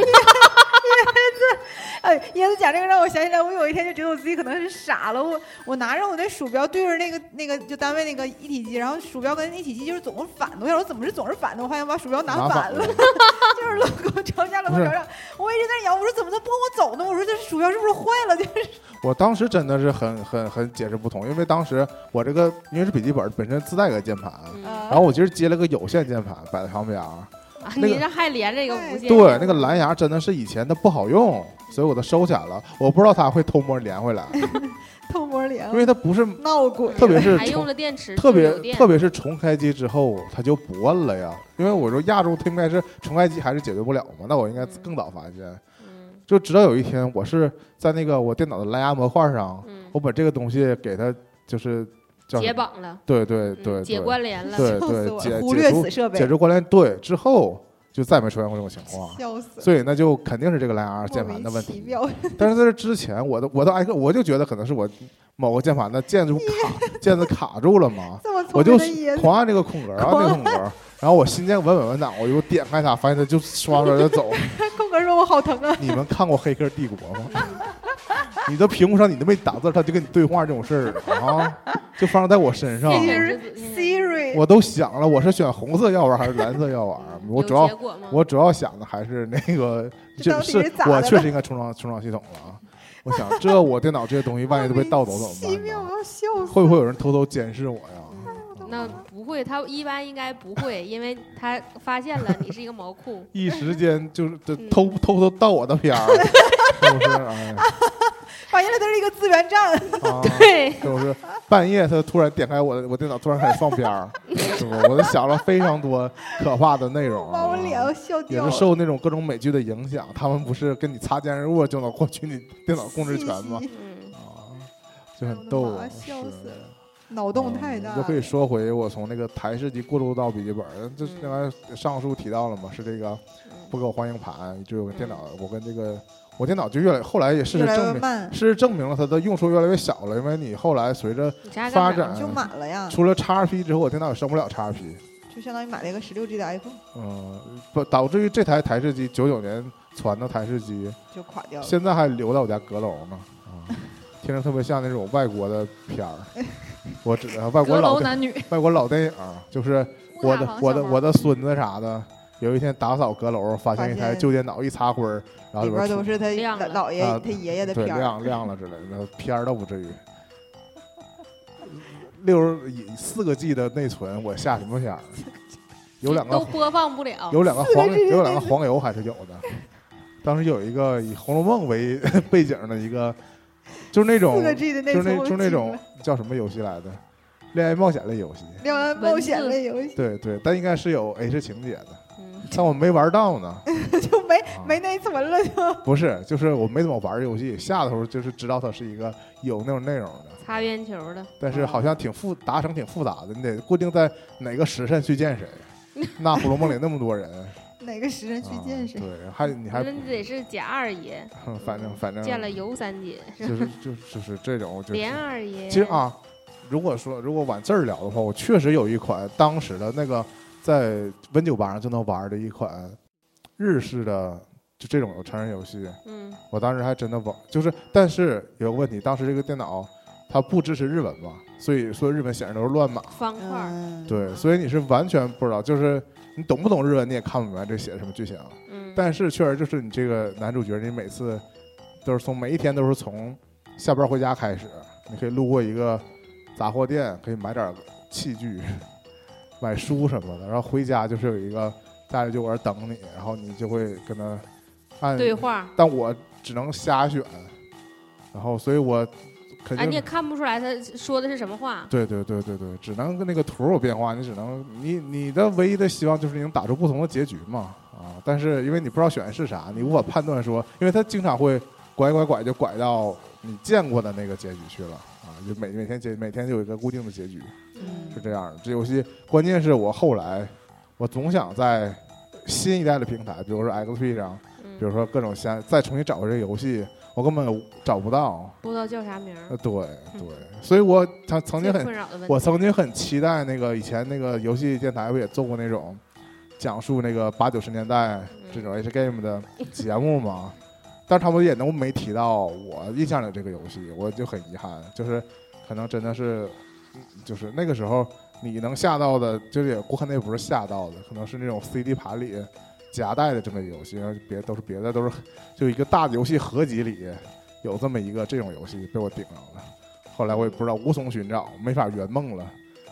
哎，椰子讲这个让我想起来，我有一天就觉得我自己可能是傻了。我我拿着我的鼠标对着那个那个就单位那个一体机，然后鼠标跟一体机就是总是反的。我想说怎么是总是反的？我发现我把鼠标拿反 了，就是 logo 朝下
不
，logo
是
朝上。我一直在摇，我说怎么它不跟我走呢？我说这鼠标是不是坏了？就是
我当时真的是很很很解释不通，因为当时我这个因为是笔记本本身自带个键盘，
嗯
然后我其实接了个有线键盘摆在旁边儿，
啊
那
你
个
这还连着一个无线，
对，那个蓝牙真的是以前它不好用，所以我都收起来了。我不知道它会偷摸连回来，
偷摸连
因为它不是
闹鬼，
特别是
还用
重
了电池，
特别
有电
特别是重开机之后它就不摁了呀。因为我说亚洲它应该是重开机还是解决不了嘛，那我应该更早发现。
嗯
就直到有一天，我是在那个我电脑的蓝牙模块上，
嗯，
我把这个东西给它就是叫什么
解绑了，
对对
嗯
对
解
对
关联了，
对
笑死
对
我
解
了，忽略
解除
此设备
解，除关联对之后就再没出现过这种情 况。
笑死。
所以那就肯定是这个蓝牙键
莫
盘
名
的问
其
题。
妙，
但是在这之前，我都我都挨个，我就觉得可能是我某个键盘的键就卡 键子卡住了 嘛，
这么
我
聪
就
明的椰子，
狂按这个空格，然后那个空格，然后我新建稳稳稳当，我就点开它，发现它就刷刷就走。
空格说我好疼啊！
你们看过《黑客帝国》吗？ 你的屏幕上你都没打字，它就跟你对话这种事儿啊，就发生在我身上。
天
其
选
实
之子天选之子
Siri，
哦我都想了，我是选红色药丸还是蓝色药丸？啊我
有
主要
结果吗
我主要想的还是那个，
这
就
到底是
是
咋的
我
了
确实应该重装重装系统了啊！我想，这我电脑这些东西万一都被盗走怎么
奇妙，
办
我
呢？
要笑死。
会不会有人偷偷监视我
嗯
呀？
那不会，他一般应该不会，因为他发现了你是一个毛
，
裤
一时间 就是这
嗯
偷偷偷盗我的片儿，是不是？哎呀，
发现了它是一个资源站，
啊，
对，
就是半夜他突然点开我的我电脑，突然开始放片儿，是不？我都想了非常多可怕的内容
把
啊
我脸都笑
也
掉
是
了。
受那种各种美剧的影响，他们不是跟你擦肩而过就能获取你电 脑控制权吗？
信息？
嗯，
啊，就
哎我
很
的
逗
妈
啊，
笑
是
死了脑洞太大
嗯
了。嗯
就可以说回我从那个台式机过渡到笔记本儿，这刚才上述提到了嘛，是这个
嗯
嗯
不给我换硬盘，就有个电脑，我跟这个。我电脑就越来后来也事
越
实
来
证
越
明，
慢，
事实证明了它的用处越来越小了，因为你后来随着
你这还干
发
啥
展
就满了呀，
除了 XRP 之后，我电脑也升不了 XRP，
就相当于买了一个十六 G 的 iPhone
嗯，不导致于这台台式机九九年传的台式机，
就垮掉了。
现在还留在我家阁楼呢，啊、听着特别像那种外国的片儿，我只外国
阁
老
楼
电
男女，
外国老电影儿，就是 我的我的我
的，
的孙子啥的，有一天打扫阁楼，发现一
发
台
现
旧电脑，一擦灰儿，然后
里
里
边
边
都
出
是他
亮了
姥爷
啊
他爷爷的
对
片儿，
亮亮了之类的片儿倒不至于。六十以四个 G 的内存，我下什么片儿？有两个
都播放不了，
有两个黄
哦四个 G
有两个黄油还是有的。当时有一个以《红楼梦》为 背景的一个，就是那种
四个 G 的内
就是
存
那
我
就是那
记
种
了
叫什么游戏来的，恋爱冒险类游戏。
亮完冒险类游戏
对对，但应该是有 H 情节的，
嗯，
但我没玩到呢。
就没
啊
没内存了，就
不是，就是我没怎么玩儿游戏，下的时候就是知道它是一个有那种内容的，
擦边球的，
但是好像挺复达成挺复杂的，你得固定在哪个时辰去见 谁。那《红楼梦》里那么多人，
哪个时辰去
啊
见谁？
对，还你还
那得是贾二爷
哼 反正反正
见了尤三姐、
就是就就是这种，就是
连二爷，
其实啊，如果说如果往这儿聊的话，我确实有一款当时的那个在 Win 九八上就能玩的一款日式的就这种成人游戏，
嗯，
我当时还真的玩，就是，但是有个问题，当时这个电脑它不支持日文嘛，所以说日文显示都是乱码。
方块儿，
嗯，
对，所以你是完全不知道，就是你懂不懂日文你也看不明白这写的什么剧情。
嗯，
但是确实就是你这个男主角，你每次都是从每一天都是从下班回家开始，你可以路过一个杂货店，可以买点器具、 买书什么的，然后回家就是有一个家里就搁那儿等你，然后你就会跟他按
对话，
但我只能瞎选，然后所以我肯
哎，你
定、
也看不出来他说的是什么话，
对对对对对，只能跟那个图儿有变化，你只能你你的唯一的希望就是你能打出不同的结局嘛啊！但是因为你不知道选的是啥，你无法判断说，因为它经常会拐拐拐就拐到你见过的那个结局去了啊！就每每天结每天就有一个固定的结局，
嗯
是这样的。这游戏关键是我后来我总想在新一代的平台，比如说 XP 上。
嗯
比，如说各种先再重新找回这个游戏，我根本找不到。
不知道叫啥名儿
呃，，对对，所以我他曾
最
经
困
很，
扰的问题，
我曾经很期待那个以前那个游戏电台不也做过那种讲述那个八九十年代
嗯
这种 H game 的节目吗？ 但是他们也都没提到我印象里这个游戏，我就很遗憾，就是可能真的是，嗯就是那个时候你能下到的，就是也我可能也不是下到的，可能是那种 CD 盘里夹带的这么一个游戏，然后别都是别的都是就一个大的游戏合集里有这么一个这种游戏被我顶上了，后来我也不知道无从寻找，没法圆梦了。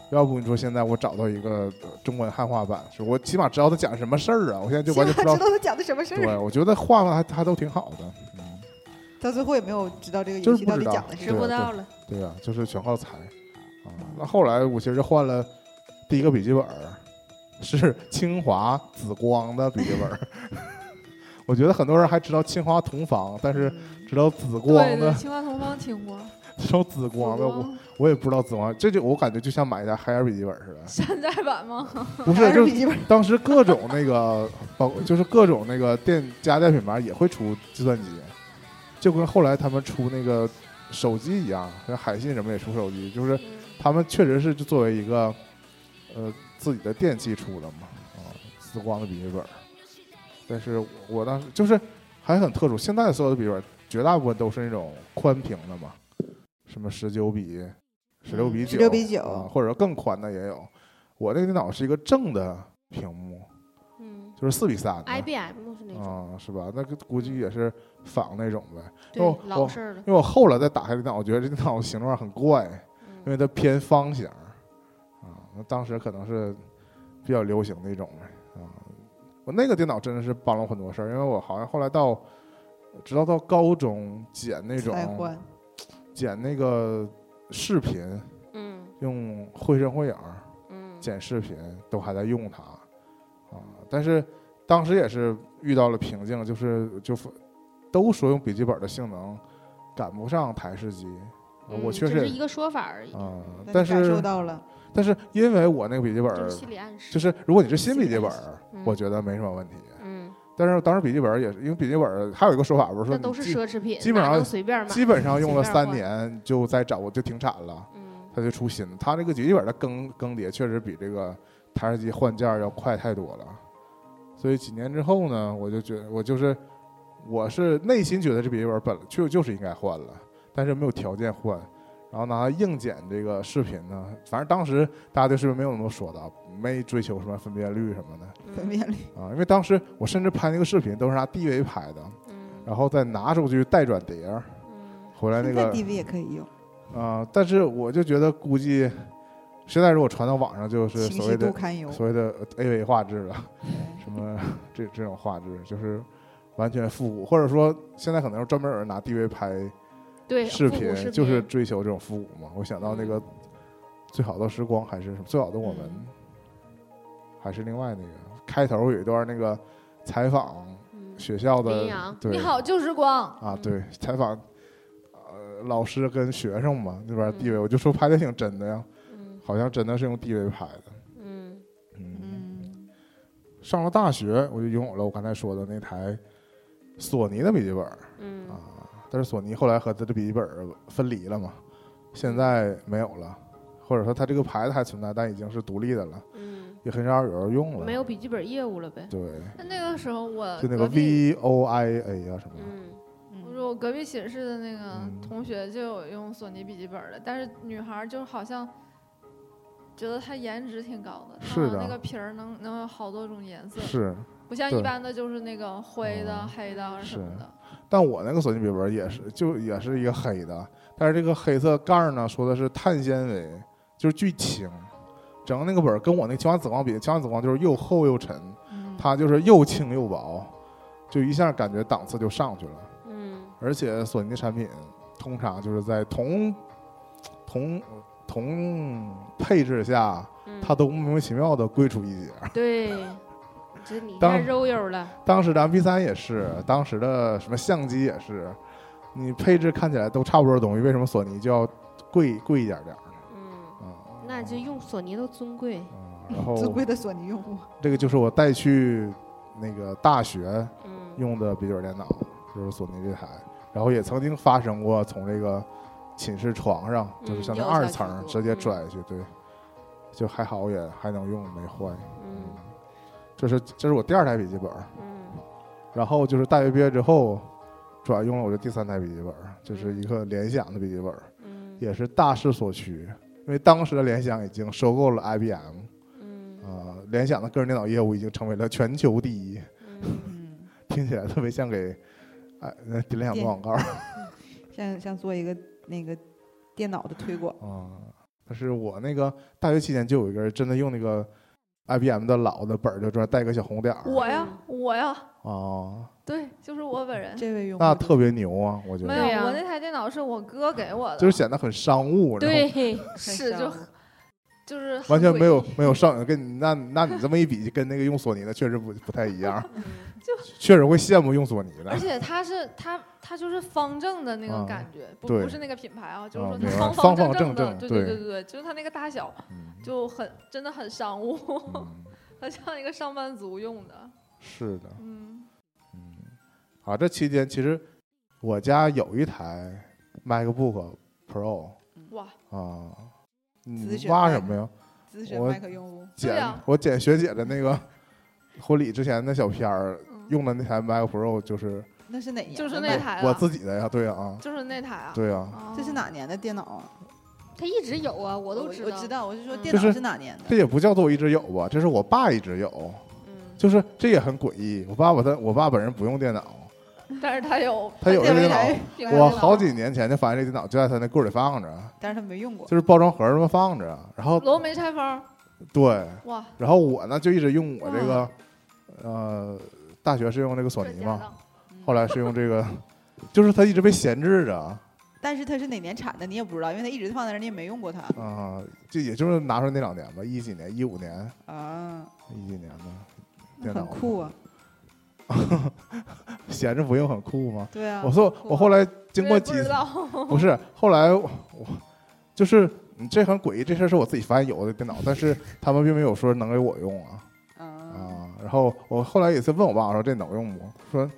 要不你说现在我找到一个呃中文汉化版，是我起码知道他讲什么事儿啊！我现在就
起码
完全不
知
知道
道他讲的什么事
对，
儿，
我觉得画的还还都挺好的，嗯，
到最后也没有知道这个
就
游戏
是不
到底
知道
讲的是
知
什么。
不到了，
对啊，就是全靠猜啊。那后来我其实就换了第一个笔记本儿，是清华紫光的笔记本儿。 我觉得很多人还知道清华同方，但是
嗯
知道紫
对
光
对，
的，
青蛙同方听过，
知道紫光的， 我
光
我也不知道紫光，这就我感觉就像买一台海尔笔记本似 的，
山寨版吗？
不
还
是，
是
就
笔记本
当时各种那个，包 括就是各种那个电家电品牌也会出计算机，就跟后来他们出那个手机一样，像海信什么也出手机，就是
嗯
他们确实是就作为一个呃自己的电器出的嘛，啊，紫光的笔记本儿。但是我我当时就是还很特殊，现在所有的笔记本儿绝大部分都是那种宽屏的嘛，什么十九比、十六比九、
16比9
啊，或者更宽的也有。我那个电脑是一个正的屏幕，
嗯
就是四比三的，
，IBM 是那种，
啊、是吧？那个估计也是仿那种呗。
对
哦，
老式儿了，
因为我后来再打开这电脑，我觉得这电脑形状很怪，
嗯
因为它偏方形儿啊。那当时可能是比较流行的一种呗啊。我那个电脑真的是帮了我很多事儿，因为我好像后来到，直到到高中剪那种
才换，
剪那个视频，
嗯
用绘声绘影儿
嗯，
剪视频都还在用它啊。但是当时也是遇到了瓶颈，就是就都说用笔记本的性能赶不上台式机，啊
嗯
我确
只
实也
是一个说法而已，
啊、
那你
但
感受
是
到了，
但是因为我那个笔记本
就
儿
是心理暗示，
就是如果你是新笔记本儿
嗯
我觉得没什么问题。
嗯
但是当时笔记本也是，因为笔记本还有一个说法不是说
那
你
都是
基
奢侈品，
基本
哪
上
能随便买。
基本上用了
随便
三
换
年就在找我就停产了，
嗯，
它就出新的。它这个笔记本的更更迭确实比这个台式机换件儿要快太多了，所以几年之后呢，我就觉得我就是我是内心觉得这笔记本本来就就是应该换了，但是没有条件换。然后拿硬件这个视频呢，反正当时大家对视频没有那么说的啊，没追求什么分辨率什么的
嗯
分辨率，
啊，因为当时我甚至拍那个视频都是拿 DV 拍的，
嗯
然后再拿出去带转碟儿
嗯
回来
现
那个
在 DV 也可以用，
啊、但是我就觉得估计，现在如果传到网上，就是
清
所
晰
谓
度
的
堪忧。
所谓的 A V 画质了，
嗯
什么这这种画质，就是完全复古，或者说现在可能专门有人拿 DV 拍
对，
视
复古视
就是追求这种复古嘛。我想到那个最好的时光还是什么最好的我们，
嗯
还是另外那个开头有一段那个采访
嗯
学校的
羚羊
对
你好，旧时光。
啊
嗯，
对，采访呃老师跟学生嘛，那边
嗯
地位，我就说拍的挺真的呀，
嗯
好像真的是用地位拍的。
嗯
嗯，
嗯，
上了大学我就拥有了我刚才说的那台索尼的笔记本儿
嗯
啊，但是索尼后来和它的笔记本儿分离了嘛，现在没有了，或者说它这个牌子还存在，但已经是独立的了，
嗯，
也很少有人用了。
没有笔记本业务了呗。
对，
那那个时候我
就那个
隔
V
壁，
O I A 啊什么的，
嗯
我说我隔壁寝室的那个
嗯
同学就有用索尼笔记本的，但是女孩儿就好像觉得她颜值挺高的，
是
她
的
那个皮儿能能有好多种颜色，
是。
不像
对
一般的就是那个灰的、
哦
黑的啊什么
是
的。
但我那个索尼笔记本也是，就也是一个黑的，但是这个黑色盖儿呢，说的是碳纤维，就是巨轻。整个那个本儿跟我那青蛙紫光比，青蛙紫光就是又厚又沉，
嗯
它就是又轻又薄，就一下感觉档次就上去了。
嗯
而且索尼产品通常就是在同同同配置下，
嗯，
它都莫名其妙的贵出一截。
对，这你
当
太肉肉了。
当时的 MP 3也是，当时的什么相机也是，你配置看起来都差不多的东西，为什么索尼就要贵贵一点点儿呢？
嗯，
啊、
那就嗯用索尼的尊贵。
啊然后
尊贵的索尼用户，
这个就是我带去那个大学
嗯
用的笔记本电脑，就是索尼这台。然后也曾经发生过从这个寝室床上，就是
嗯
相当于
掉
二
下去
层
过
直接
嗯
拽下去，对，就还好也还能用，没坏。
嗯
这是这是我第二台笔记本儿。
嗯
然后就是大学毕业之后，转用了我的第三台笔记本儿，就是一个联想的笔记本儿，
嗯
也是大势所趋，因为当时的联想已经收购了 IBM，啊、
嗯
呃联想的个人电脑业务已经成为了全球第一，
嗯
嗯，
听起来特别像给哎那联想做广告啊、
像像做一个那个电脑的推广，
啊但是我那个大学期间就有一个人真的用那个 IBM 的老的本儿，就专带个小红点儿
我呀，
嗯
我呀，
啊，
对，就是我本人。
这位用户
那
就
特别牛啊，我觉
没
得
有
对，呀
我那台电脑是我哥给我的，
就是显得很商务，然后
对，
很
是就
像了
就是很
完全没 有
诡异
没有上瘾，跟你那那你这么一比，跟那个用索尼的确实不不太一样，
就
确实会羡慕用索尼 的
而。且它是它它就是方正的那
啊
种感觉，不
对
不是那个品牌啊，就是
啊
说
明白
它
方
方
方正
正的，
正
对对
对
对对对，就是它那个大小
嗯
就很真的很商务，
嗯，
很像一个上班族用的，
是的，
嗯，
嗯，啊，这期间其实我家有一台 MacBook Pro
哇，
啊，
资
你
深
挖
Mac
什么呀？
资深
我
麦克用户，
剪、
对啊
我剪学姐的那个 婚礼之前的小片儿，
嗯
用的那台 Mac Pro 就是
那是哪年的
就
呢？
是那台
我
啊
自己的呀，对啊，
就是那台啊，
对啊，
哦
这是？哪年的电脑啊？
他一直有啊，
我
我都
知我道，
道。
我是说
嗯
电
就
脑
是
是哪年的？
这也不叫做我一直有吧，这是我爸一直有。
嗯，
就是这也很诡异。我爸爸他我爸本人不用电脑，
但是它有
他有这个
电
电
脑
脑，
平板
我
电脑
好几年前就发现这电脑就在他那柜里放着，
但是他没用过。
就是包装盒儿这么放着。然后
楼没拆封，
对，
哇，
然后我呢就一直用我这个，呃，大学是用这个索
嗯这
尼
家
嘛，
当
嗯
后来是用这个，就是它一直被闲置着啊、
但是它是哪年产的你也不知道，因为它一直放在那儿，你也没用过它
啊就也就是拿出来那两年吧，一几年，一五年，
啊，
一几年的电脑
很酷啊！
闲着不用很酷吗？
对啊，
我说
酷啊
我后来经
我
过
也不
几
知道，
不是，后来我我就是嗯这很诡异，这事儿是我自己发现有的电脑，但是他们并没有说能给我用啊
啊
啊，然后我后来有一次问我爸，我说这能用不？说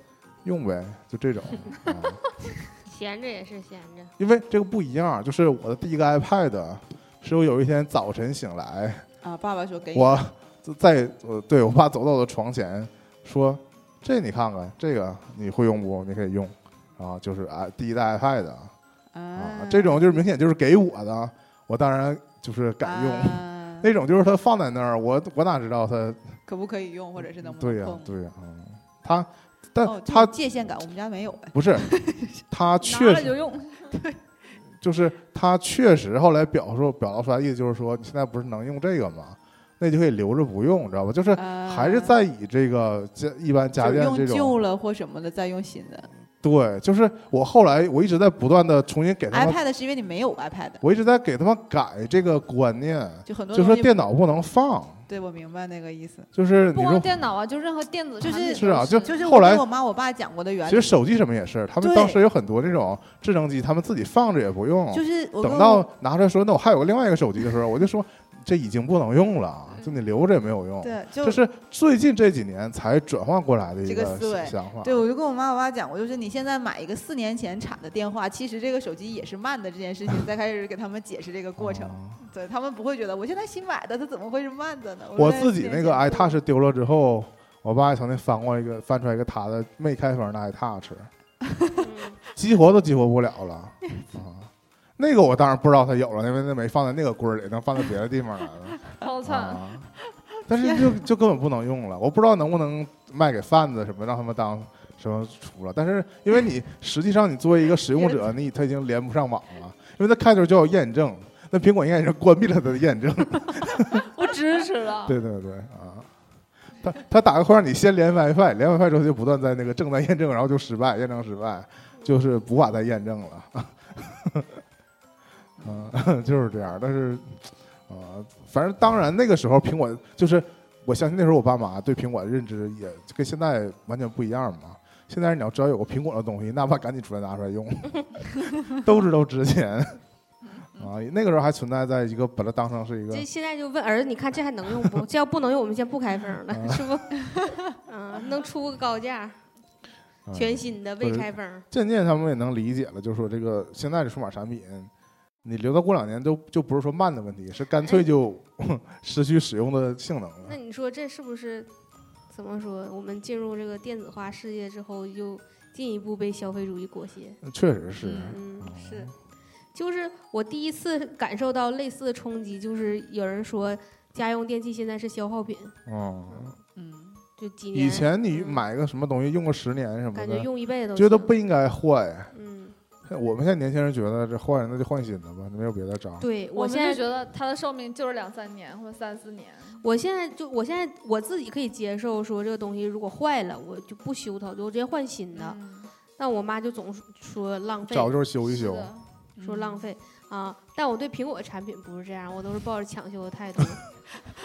用呗，就这种。啊
闲着也是闲着，
因为这个不一样，就是我的第一个 iPad 是我有一天早晨醒来，
啊，爸爸说给你
我在我对我爸走到我的床前说：“这你看看，这个你会用不？你可以用。”然后就是啊，第一代 iPad 啊，
啊，
这种就是明显就是给我的，我当然就是敢用。
啊
那种就是它放在那儿，我我哪知道它？
可不可以用，或者是能不
对
能
呀、
碰？
对呀、嗯它，
哦
但
就是
它
界限感，我们家没有哎。
不 是，它
拿
确
了
实
就用，
就是他确实后来表述表达出来的意思就是说，你现在不是能用这个吗？那就可以留着不用，你知道吧？就是呃 还是在以这个家一般家
啊就是
电这
用
种
旧了或什么的，再用新的。
对，就是我后来我一直在不断的重新给他们，
iPad 是因为你没有 iPad，
我一直在给他们改这个观念，
就很多
就
东
说
西
电脑不能放，
对我明白那个意思。
就是
不
你
光
说
电脑啊，就任何电子
就是
产品
是啊就
都
就是
后
我
来
跟我妈我爸讲过的原
其实
理，
手机什么也是，他们
对
当时有很多这种智能机，他们自己放着也不用，
就是我跟
等
我
到拿出来说那我还有个另外一个手机的时候，我就说这已经不能用了，啊
嗯
就你留着也没有用。
对就
这是最近这几年才转换过来的一
这个思维
想法。
对，我就跟我妈我爸讲过，就是你现在买一个四年前产的电话，其实这个手机也是慢的这件 事情，再开始给他们解释这个过程，
啊
对他们不会觉得我现在新买的，它怎么会是慢的呢？
我
说
自己
四
那
年
个哎
前
iTouch 丢了之后，我爸也曾经翻过一个，翻出来一个他的没开封的 iTouch，
嗯
激活都激活不了 了啊。那个我当然不知道他有了，因为那没放在那个柜儿里，能放在别的地方来了。
超惨。
啊，但是就就根本不能用了，我不知道能不能卖给贩子什么，让他们当什么出了。但是因为你实际上你作为一个使用者，你他已经连不上网了，因为他开头就要验证，那苹果应该已经关闭了他的验证。
不支持了。
对对对啊，他他打个会让你先连 WiFi，连 WiFi 之后就不断在那个正在验证，然后就失败，验证失败，就是无法再验证了。 嗯，就是这样。但是，啊、反正当然那个时候苹果就是我相信那时候我爸妈对苹果的认知也跟现在完全不一样嘛。现在你要知道有个苹果的东西，那怕赶紧出来拿出来用， 都知道值钱啊。那个时候还存在在一个把它当成是一个
这现在就问儿子，你看这还能用不？这要不能用，我们先不开封了，是不？嗯，能出个高价，
嗯
全新的
不
未
是
开封。
渐渐他们也能理解了，就是说这个现在的数码产品，你留到过两年都就不是说慢的问题，是干脆就
哎
失去使用的性能
那
了。
你说这是不是怎么说？我们进入这个电子化世界之后，又进一步被消费主义裹挟。
确实是，
嗯，
哦
是，
就是我第一次感受到类似的冲击，就是有人说家用电器现在是消耗品，
嗯，
嗯，
就几年
以前你
嗯
买个什么东西用个十年什么
感觉
的，
用一辈子都
觉得
行
不应该坏。
嗯，
我们现在年轻人觉得这坏，那就换新的吧，没有别的招。
对
我
现
现在
在
觉得它的寿命就是两三年或者三四年。
我现在就我现在我自己可以接受说这个东西如果坏了我就不修它，我就直接换新的。
嗯
但我妈就总说浪费，
找就是修一
是
修，
的
说
嗯
浪费啊。但我对苹果产品不是这样，我都是抱着抢修的态度。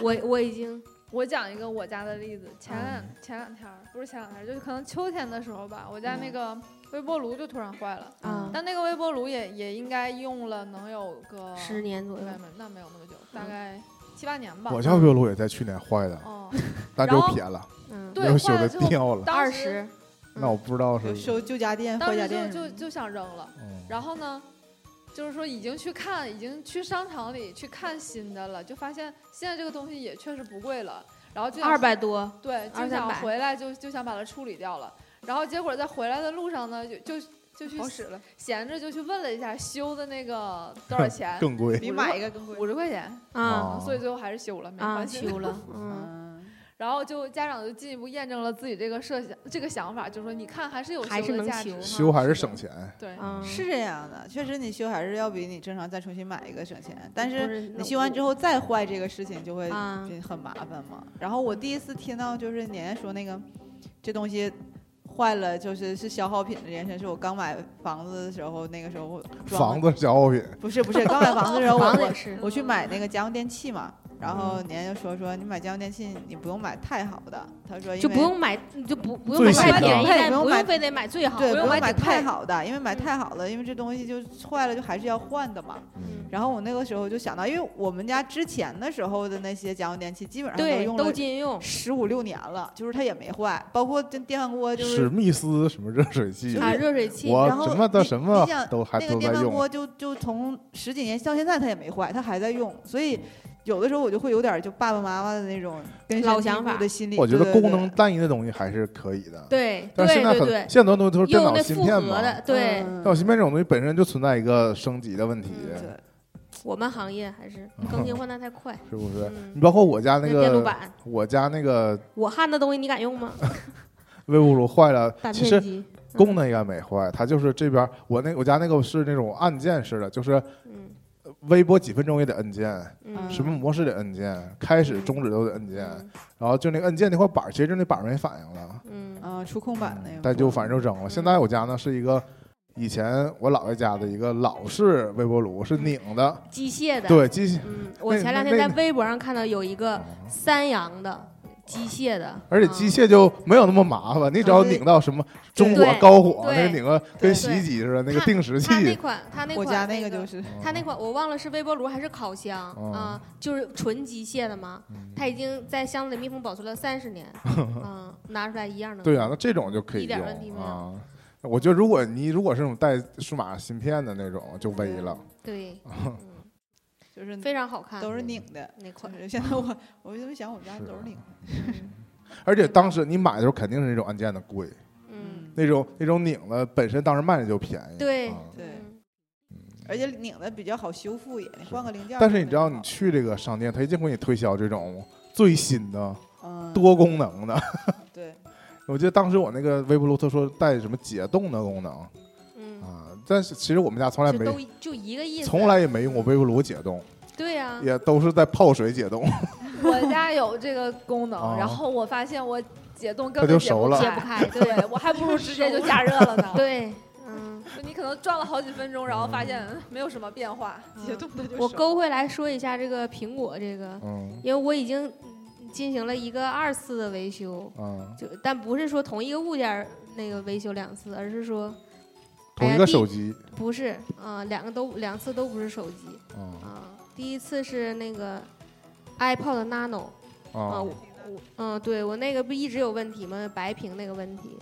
我我已经
我讲一个我家的例子，前两、
嗯
前两天儿不是前两天儿，就是可能秋天的时候吧，我家
嗯
那个微波炉就突然坏了，
啊
但那个微波炉也也应该用了能有个
十年左
没
右嗯
没，那没有那么久，大概七八年吧。
我家微波炉也在去年坏的，
哦，
但就
然后
撇了，
嗯，
对
没有修
坏
的
了之后
掉了。
当
二
时
十，
那我不知道是
就，收旧家电、
当
坏家
时
电
就
什么
就
的，
就想扔了，
嗯
然后呢，就是说已经去看，已经去商场里去看新的了，就发现现在这个东西也确实不贵了，然后就想
二百多，啊
对，
二
就
三
想
百
回来就就想把它处理掉了，然后结果在回来的路上呢，就就就去
好使了，
闲着就去问了一下修的 那个多少钱，
更贵
比买一个更贵。
五十块钱，
啊
哦
所以最后还是修了，没
啊，
关系。
修 了，嗯，
嗯，
然后就家长就进一步验证了自己这个设想，这个想法，就说你看还是有
还是
修的
能
价
修
值，
修还是省钱。
对，
啊，
是这样的，确实你修还是要比你正常再重新买一个省钱，但是
不是
你修完之
后
后再坏这个事情就会
啊
就很麻烦嘛。然后我第一次听到就是年年说那个这东西坏了就是是消耗品的这件事，是我刚买房子的时候，那个时候我
房
装
子消耗品，
不是不是刚买房子的时候我
房子
我
也是，嗯
我去买那个家用电器嘛，然
嗯
后人家就说说你买家用电器你不用买太好的，他说因
就
为
不用买，你就不不用
最
买
新
太
的
便宜，
对
但
不用
不
买
用非得买最好，
对，
不
不
用
用
啊买
买
顶配
太。好的，因为买
嗯
太好了，因为这东西就坏了，就还是要换的嘛。
嗯
然后我那个时候就想到，因为我们家之前的时候的那些家用电器，基本上
对，
用
都
了
禁用。
十五六年了，就是它也没坏，包括这电饭锅就
史
是
密斯什么热水器，
啊，热水器，
我
然后
什么的
你
什么
你想
都还
那个
都
电
在
饭
用，
锅就就从十几年到现在它也没坏，它还在用，所以有的时候我就会有点就爸爸妈妈的那种根深
老
蒂
想
固
法
的心理，
我觉得
对
功能。
对对
单一的东西还是可以的。
对
但是
对
现在
对
很
对，
现在很多东西都是电
用
脑
那
芯
复
片
合
嘛，
的，对
嗯
电脑芯片这种东西本身就存在一个升级的问题，
嗯
对
我们行业还是更新换代太快。
是不是？
嗯
你，包括我家那
电路
个，
板，
我家那个
我焊的东西你敢用吗？
微波炉坏了，
单
其
片
实
机
功能应该没坏，它就是这边我那我家那个是那种按键式的，就是
嗯
微波几分钟也得摁键，
嗯，
什么模式得摁键，开始
嗯
终止都得摁键，
嗯
然后就那个摁键那块板儿，其实就那板儿没反应了。
嗯
嗯，触控板那个，
但就反正扔了。现在我家呢是一个以前我姥爷家的一个老式微波炉，是拧的，
机械的。
对，机器。
嗯，我
那
前两
那
天在
那
微博上看到有一个
啊
三洋的机械的，
而且
嗯
机械就没有那么麻烦，你只要
对
拧到什么中
对
火、高火，
对
那个拧个
对
跟洗衣机似的那个
它
定时
它那
器。
款，它那
我
款
家那
个
个就是
它那款我忘了是微波炉还是烤箱
哦
啊、就是纯机械的嘛。
嗯
它已经在箱子里密封保存了三 十年，嗯、拿出来一样能。
对啊，那这种就可以
一点问题
用
没有
啊。我觉得如果你如果是那种带数码芯片的那种，就危了。
对，嗯
就是
非常好看，
都是拧的。
那款。
现在
嗯
我我就想我家
是
都是拧
啊
的，
而且当时你买的时候肯定是那种按键的贵，
嗯，
那种那种拧的本身当时卖的就便宜。
对
啊
对
嗯
而且拧的比较好修复也，你换个零件儿
但
什么的就好。
是你知道，你去这个商店，他一定会给你推销这种最新的、
嗯
多功能的。
对，
我记得当时我那个微波炉，他说带什么解冻的功能
嗯，
啊，但是其实我们家从来
就
没，
都就一个意思。
从来也没用过微波炉解冻，
对啊呀、
也都是在泡水解冻。
我家有这个功
哦
能，然后我发现我解冻根
它就
本解
熟
不
了
解不
开，
开，对。
对我还不如直接就加热了呢
对，嗯。
就你可能转了好几分钟，然后发现嗯没有什么变化，
嗯
解冻的就
我
熟
勾回来说一下这个苹果这个，
嗯
因为我已经嗯进行了一个二次的维修，
嗯，
就但不是说同一个物件儿那个维修两次，而是说
同一
哎呀
个手机
第不是啊、两个都两次都不是手机
啊
啊、第一次是那个 iPod Nano 啊、
啊
我我嗯、对我那个不一直有问题吗？白屏那个问题。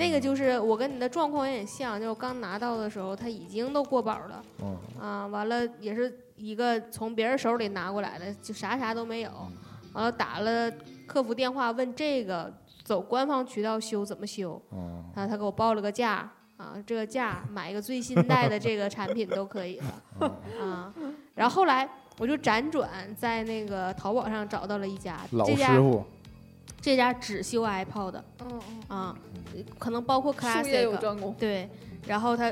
那个就是我跟你的状况有点像，就我刚拿到的时候，它已经都过保了，
嗯
啊，完了也是一个从别人手里拿过来的，就啥啥都没有。
嗯
完了打了客服电话问这个走官方渠道修怎么修，
嗯
然后他给我报了个价啊，这个价买一个 最新代的这个产品都可以了
嗯
啊。然后后来我就辗转在那个淘宝上找到了一家，
老
这
师
家
傅
这家只修 iPod 的
嗯嗯，
啊，可能包括
术业有
Classic
专攻，
对。然后它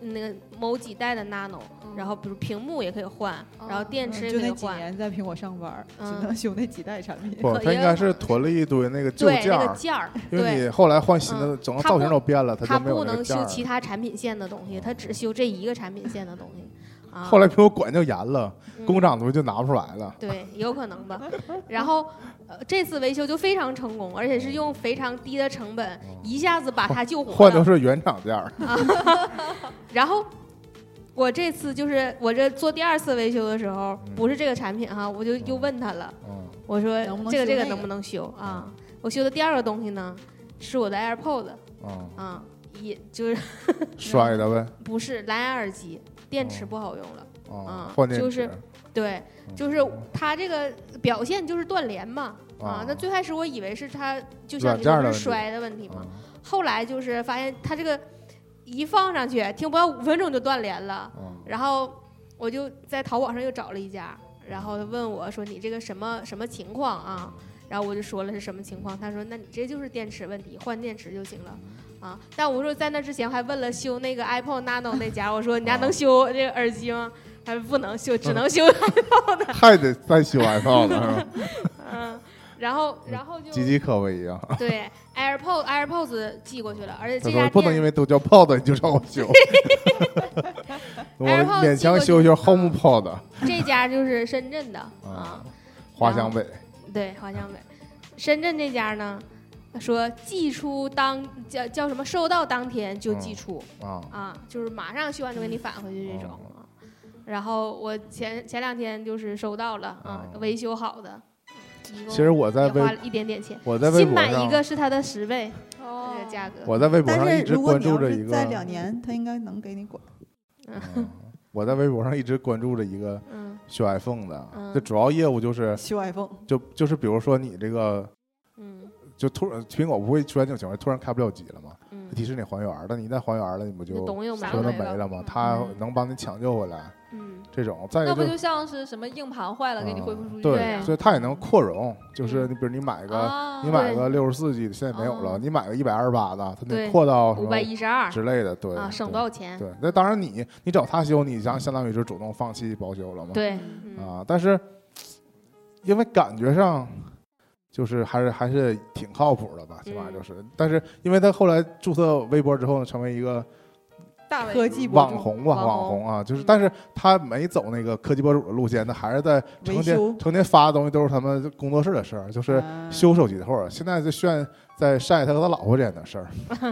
那个某几代的 Nano，
嗯
然后比如屏幕也可以换，然后电
嗯
嗯
池也
就
可以
那几
换，
年在苹果上班儿，只
嗯
能修那几代产品。
不，
可
他应
也
该
有
是囤了一堆那个旧
对
件
那个
儿，
件儿，
因为
对。嗯
你后来换新的，整个
它
造型
不
都变了，他
它
就没有
不
那
能
个件
修
儿
其
了。哦
他产品线的东西，它只修这一个产品线的东西。啊，
后来苹果管就严了，
嗯
工厂的东西就拿不出来了。
对，有可能吧。然后，呃，这次维修就非常成功，而且是用非常低的成本，
哦
一下子把它救 活
换的
了。
是原厂件儿，
然后，我这次就是我这做第二次维修的时候，
嗯
不是这个产品哈，我就又问他了，
嗯，
我说
能不能
这个
修
这个
那
能
个
不能修啊？我修的第二个东西呢，是我的 AirPods
嗯，
啊，也就是
摔的呗，
不是蓝牙耳机，电池
哦
不好用了。
啊
嗯，
换电池，
就是对，就是它这个表现就是断连嘛。啊
啊，
那最开始我以为是它就像
软
你
件儿
说
的
是
问题
摔的问题嘛，
啊
后来就是发现它这个一放上去，听不到五分钟就断连了。
啊
然后我就在淘宝上又找了一家，然后问我说你这个什么什么情况啊？然后我就说了是什么情况，他说那你这就是电池问题，换电池就行了。啊！但我说在那之前还问了修那个 iPhone Nano 那家，我说你家能
啊
修这个耳机吗？他说不能修，只能修。
还嗯得再修 iPhone 呢，
嗯，然后然后就
岌岌可危呀。
对 AirPod AirPods 寄过去了，而且
嗯他
这
说
家
不能因
店
为都叫 Pod 你就让我 修， 我
AirPods 嗯
勉强修修 HomePod
这家就是深圳的
啊
啊。
华强北，
对，华强北，深圳这家呢，说寄出当叫叫什么，收到当天就寄
嗯
出、
啊，
啊，就是马上修完就给你返回去这种
哦
啊。然后我前前两天就是收到了啊，
哦
维修好的，嗯一共
其实我在
也花
微
了一点点钱，
我在微
新
博
买一
上
个，是它的十倍
哦
这个价格。
我在微博上
但
一
是
直
如果
关
你
注
要
着一
是
个
在两年，他应该能给你管。
嗯我在微博上一直关注着一个
嗯
修 iPhone 的，
嗯
这主要业务就是
修 iPhone，
就就是比如说你这个
嗯
就突然苹果不会出现这种情况，突然开不了机了嘛，
嗯，
提示你还原了，你一旦还原了，你不
就
就
东西又买
啥
车
都
都
了。
没
没了
了吗？它能帮你抢救回来
嗯
这种。再一
那不
个
就像是什么硬盘坏了，给你
嗯
恢复数据
对
对，
啊
啊
所以它也能扩容，就是你比如你买个
啊
你买个六十四 G 的，现在没有了，
哦
你买个一百二十八的，它能
对
扩到什
五百
么
一十二
之类的，对
啊，省
对
不少钱。
对，那当然你你找他修，你相相当于就主动放弃保修了嘛。
对，
嗯
嗯
啊，但是因为感觉上就是还是还是挺靠谱的吧，起
嗯
码就是。但是因为他后来注册微博之后呢，成为一个
大为
科技博
网
主
红吧，
网
网
红
红啊，就是
嗯
但是他没走那个科技博主的路线，他还是在成
维修
天成天发的东西都是他们工作室的事儿，就是。
啊
修手机的，或者现在就炫在晒他和他老婆之间的 事儿，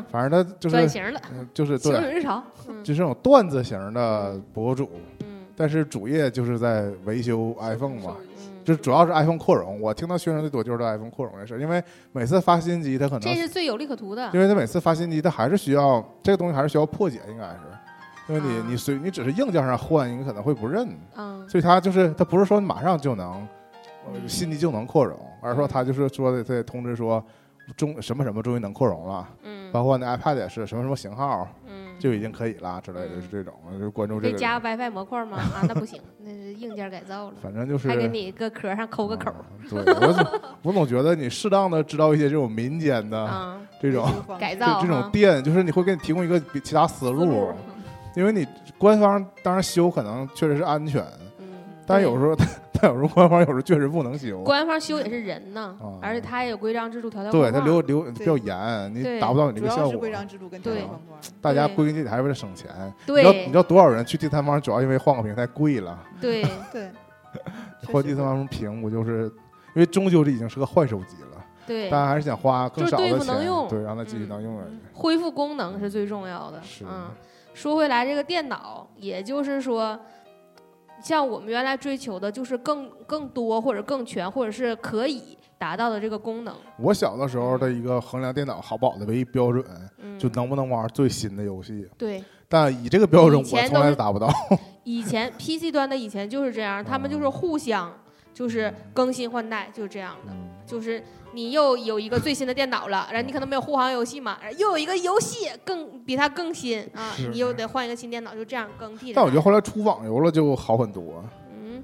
反正他就
转
是
型了。
嗯就是
情
对，
侣日常，
嗯
就是这种段子型的博主，
嗯
但是主业就是在维修 iPhone 嘛，
嗯，
就主要是 iPhone 扩容。我听到宣传最多就是 iPhone 扩容这事儿，因为每次发新机，它可能
这是最有利可图的
因。为它每次发新机，它还是需要这个东西还是需要破解，应该是，因为你
啊
你随你只是硬件上换，你可能会不认，
嗯
所以它就是它不是说马上就能呃新机就能扩容，而是说它就是说的得通知说终什么什么终于能扩容了，
嗯
包括那 iPad 也是什么什么型号
嗯，
就已经可以啦之类的，就是这种就关注
可
这
以
个。
加 WiFi 模块吗？啊，那 不行，那是硬件改造了，
反正就是
还给你个壳上抠个口儿。
嗯 对，我总我总觉得你适当的知道一些这种民间的
啊，
这种
维修方
改
式
这
造
这种
哈
店，就是你会给你提供一个比其他思路，因为你官方当然修可能确实是安全，
嗯，
但
对
有时候 但有时候官方有时候确实不能修，
官方修也是人呢
啊，
而且他也有规章制度条条
对
框
它
框。
留留比较严，你
对
达不到你这
主
个效
要是
果
规。章制度跟
对
条框框
大家
对
归根结底还是为了省钱，你知道你知
对
道多少人去第三方主要因为换个平台贵了，
嗯
对，
对，确
换
实
第
会
三方屏幕就是因为终究这已经是个坏手机了，
对
大，家还是想花更
就是
少
对
的
付能
钱，
用
对，让它继续
嗯
能用而已。
恢复功能是最重要的。
是
嗯，说回来，这个电脑，也就是说，像我们原来追求的，就是更更多或者更全，或者是可以达到的这个功能。
我小的时候的一个衡量电脑好不好的唯一标准，
嗯，
就能不能玩最新的游戏。
对，
但以这个标准，我
以前都是
从来达不到。
以前 PC 端的以前就是这样，他们
哦
就是互相就是更新换代，就是这样的。就是你又有一个最新的电脑了，然后你可能没有护航游戏嘛，然后又有一个游戏更比它更新啊
是，
你又得换一个新电脑，就这样更替着 来。
但我觉得后来出网游了就好很多。
嗯，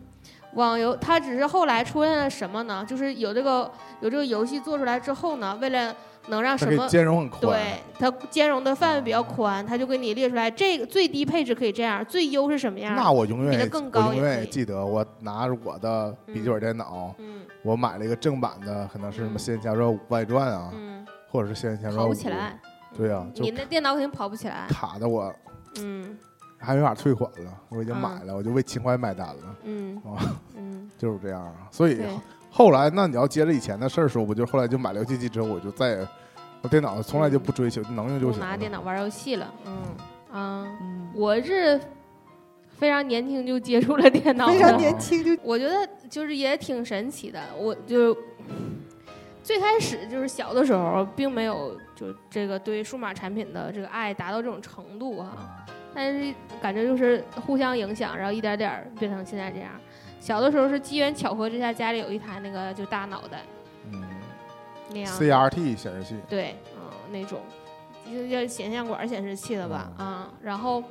网游它只是后来出现了什么呢？就是有这个有这个游戏做出来之后呢，为了能让
它
什
可以
么
兼容很宽
对，它兼容的范围比较宽，它就给你列出来这个最低配置可以这样，最优是什么样？
那我永
比
远
它
也
更高
我永
也
远
可
也
以
记得，我拿着我的笔记本电脑，
嗯
我买了一个正版的，可能是什么《仙剑奇侠传五外传》啊，
嗯，
或者是《仙剑奇侠传
跑
五
不》。起来。
对呀就
你那电脑肯定跑不起来。
卡的我
嗯
还没法退款了，我已经买了，我就为情怀买单了，
嗯
哦
啊
嗯，
就是这样啊。所以
对，
后来，那你要接着以前的事儿说，我就后来就买了游戏机之后，我就再也我电脑从来就不追求，能用就
不
行了。
拿电脑玩游戏了。嗯啊，
嗯，
我是非常年轻就接触了电脑的，
非常年轻就
我觉得就是也挺神奇的，我就最开始就是小的时候，并没有就这个对数码产品的这个爱达到这种程度啊，但是感觉就是互相影响，然后一点点儿变成现在这样。小的时候是机缘巧合之下，家里有一台那个就大脑袋
嗯
那样的
，CRT 显示器，
对，嗯、那种，就叫显像管显示器了吧，
嗯
啊、然后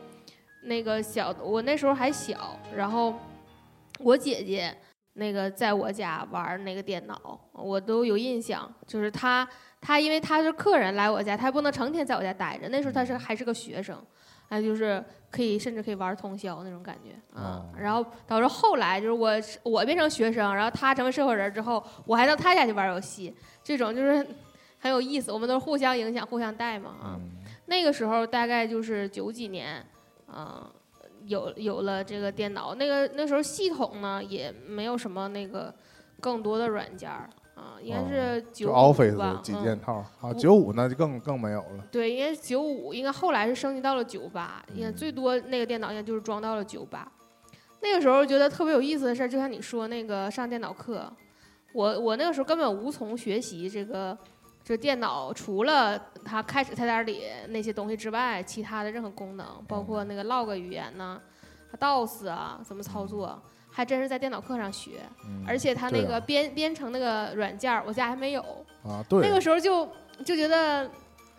那个小，我那时候还小，然后我姐姐那个在我家玩那个电脑，我都有印象，就是她，她因为她是客人来我家，她不能成天在我家待着，那时候她是还是个学生。哎，就是可以，甚至可以玩通宵那种感觉啊。
哦
然后导致后来就是我是我变成学生，然后她成为社会人之后，我还到她家去玩游戏，这种就是很有意思，我们都是互相影响、互相带嘛啊。
嗯，
那个时候大概就是九几年，啊、有有了这个电脑，那个那时候系统呢也没有什么那个更多的软件儿啊，应该
哦
是
就
九五
Office
吧，
几
嗯
件套啊，
我
九五那就更更没有了。
对，应该是九五，应该后来是升级到了九八，应该
嗯
最多那个电脑应该就是装到了九八。那个时候觉得特别有意思的事儿，就像你说那个上电脑课，我我那个时候根本无从学习这个这电脑，除了它开始菜单里那些东西之外，其他的任何功能，
嗯
包括那个 log 语言呐、DOS 啊怎么操作，还真是在电脑课上学，
嗯
而且它那
对
个
啊
编编程那个软件儿，我家还没有。
啊，对，
那个时候就就觉得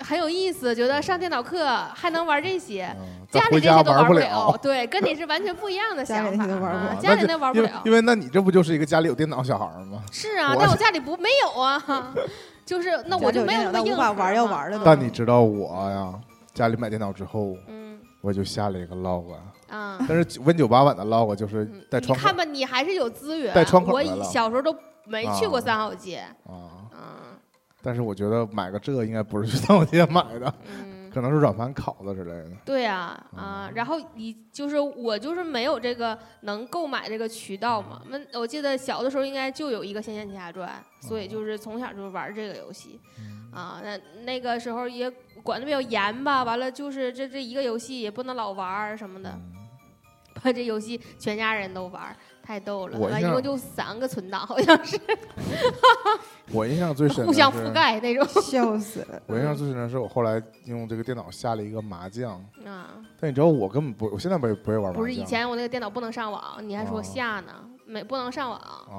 很有意思，觉得上电脑课还能玩这些，
嗯咱
家里
回
这些
家
都玩
不
了。 对，跟你是完全不一样的
家
想
里
法
那个玩不
啊
了
家
那
里
就
那玩不
因为
了
因。为那你这不就是一个家里有电脑小孩儿吗？
是啊，
我
但我家里不没有啊， 就是那我就没有那么
家里有电脑但无
硬核
法
嘛
玩要玩的
但你知道我呀，家里买电脑之后，
嗯
我就下了一个 log，啊
嗯 啊。
但是 Win 九八版的 log 就是
嗯
带
你
窗口
看吧，你还是有资源。
带窗口
我
的了
小时候都没去过
啊
三好街，
啊。
嗯
但是我觉得买个这应该不是去当街买的，
嗯，
可能是软盘拷的之类的。
对啊
哦
啊。然后你就是我就是没有这个能购买这个渠道嘛。
嗯
那我记得小的时候应该就有一个《仙剑奇侠传》，所
哦
以就是从小就玩这个游戏。啊，那那个时候也管的比较严吧，完了就是这这一个游戏也不能老玩儿什
嗯
么的，把这游戏全家人都玩儿，太逗了。
我
完
印
一
象
共就三个存档，好像是
我印象最深的
互相
是
覆。盖 那种
笑死了。
我印象最深的是我后来用这个电脑下了一个麻将，
啊。
但你知道我根本不，我现在不也不会玩麻将。
不是以前我那个电脑不能上网，你还说
哦
下呢，没不能上网。
啊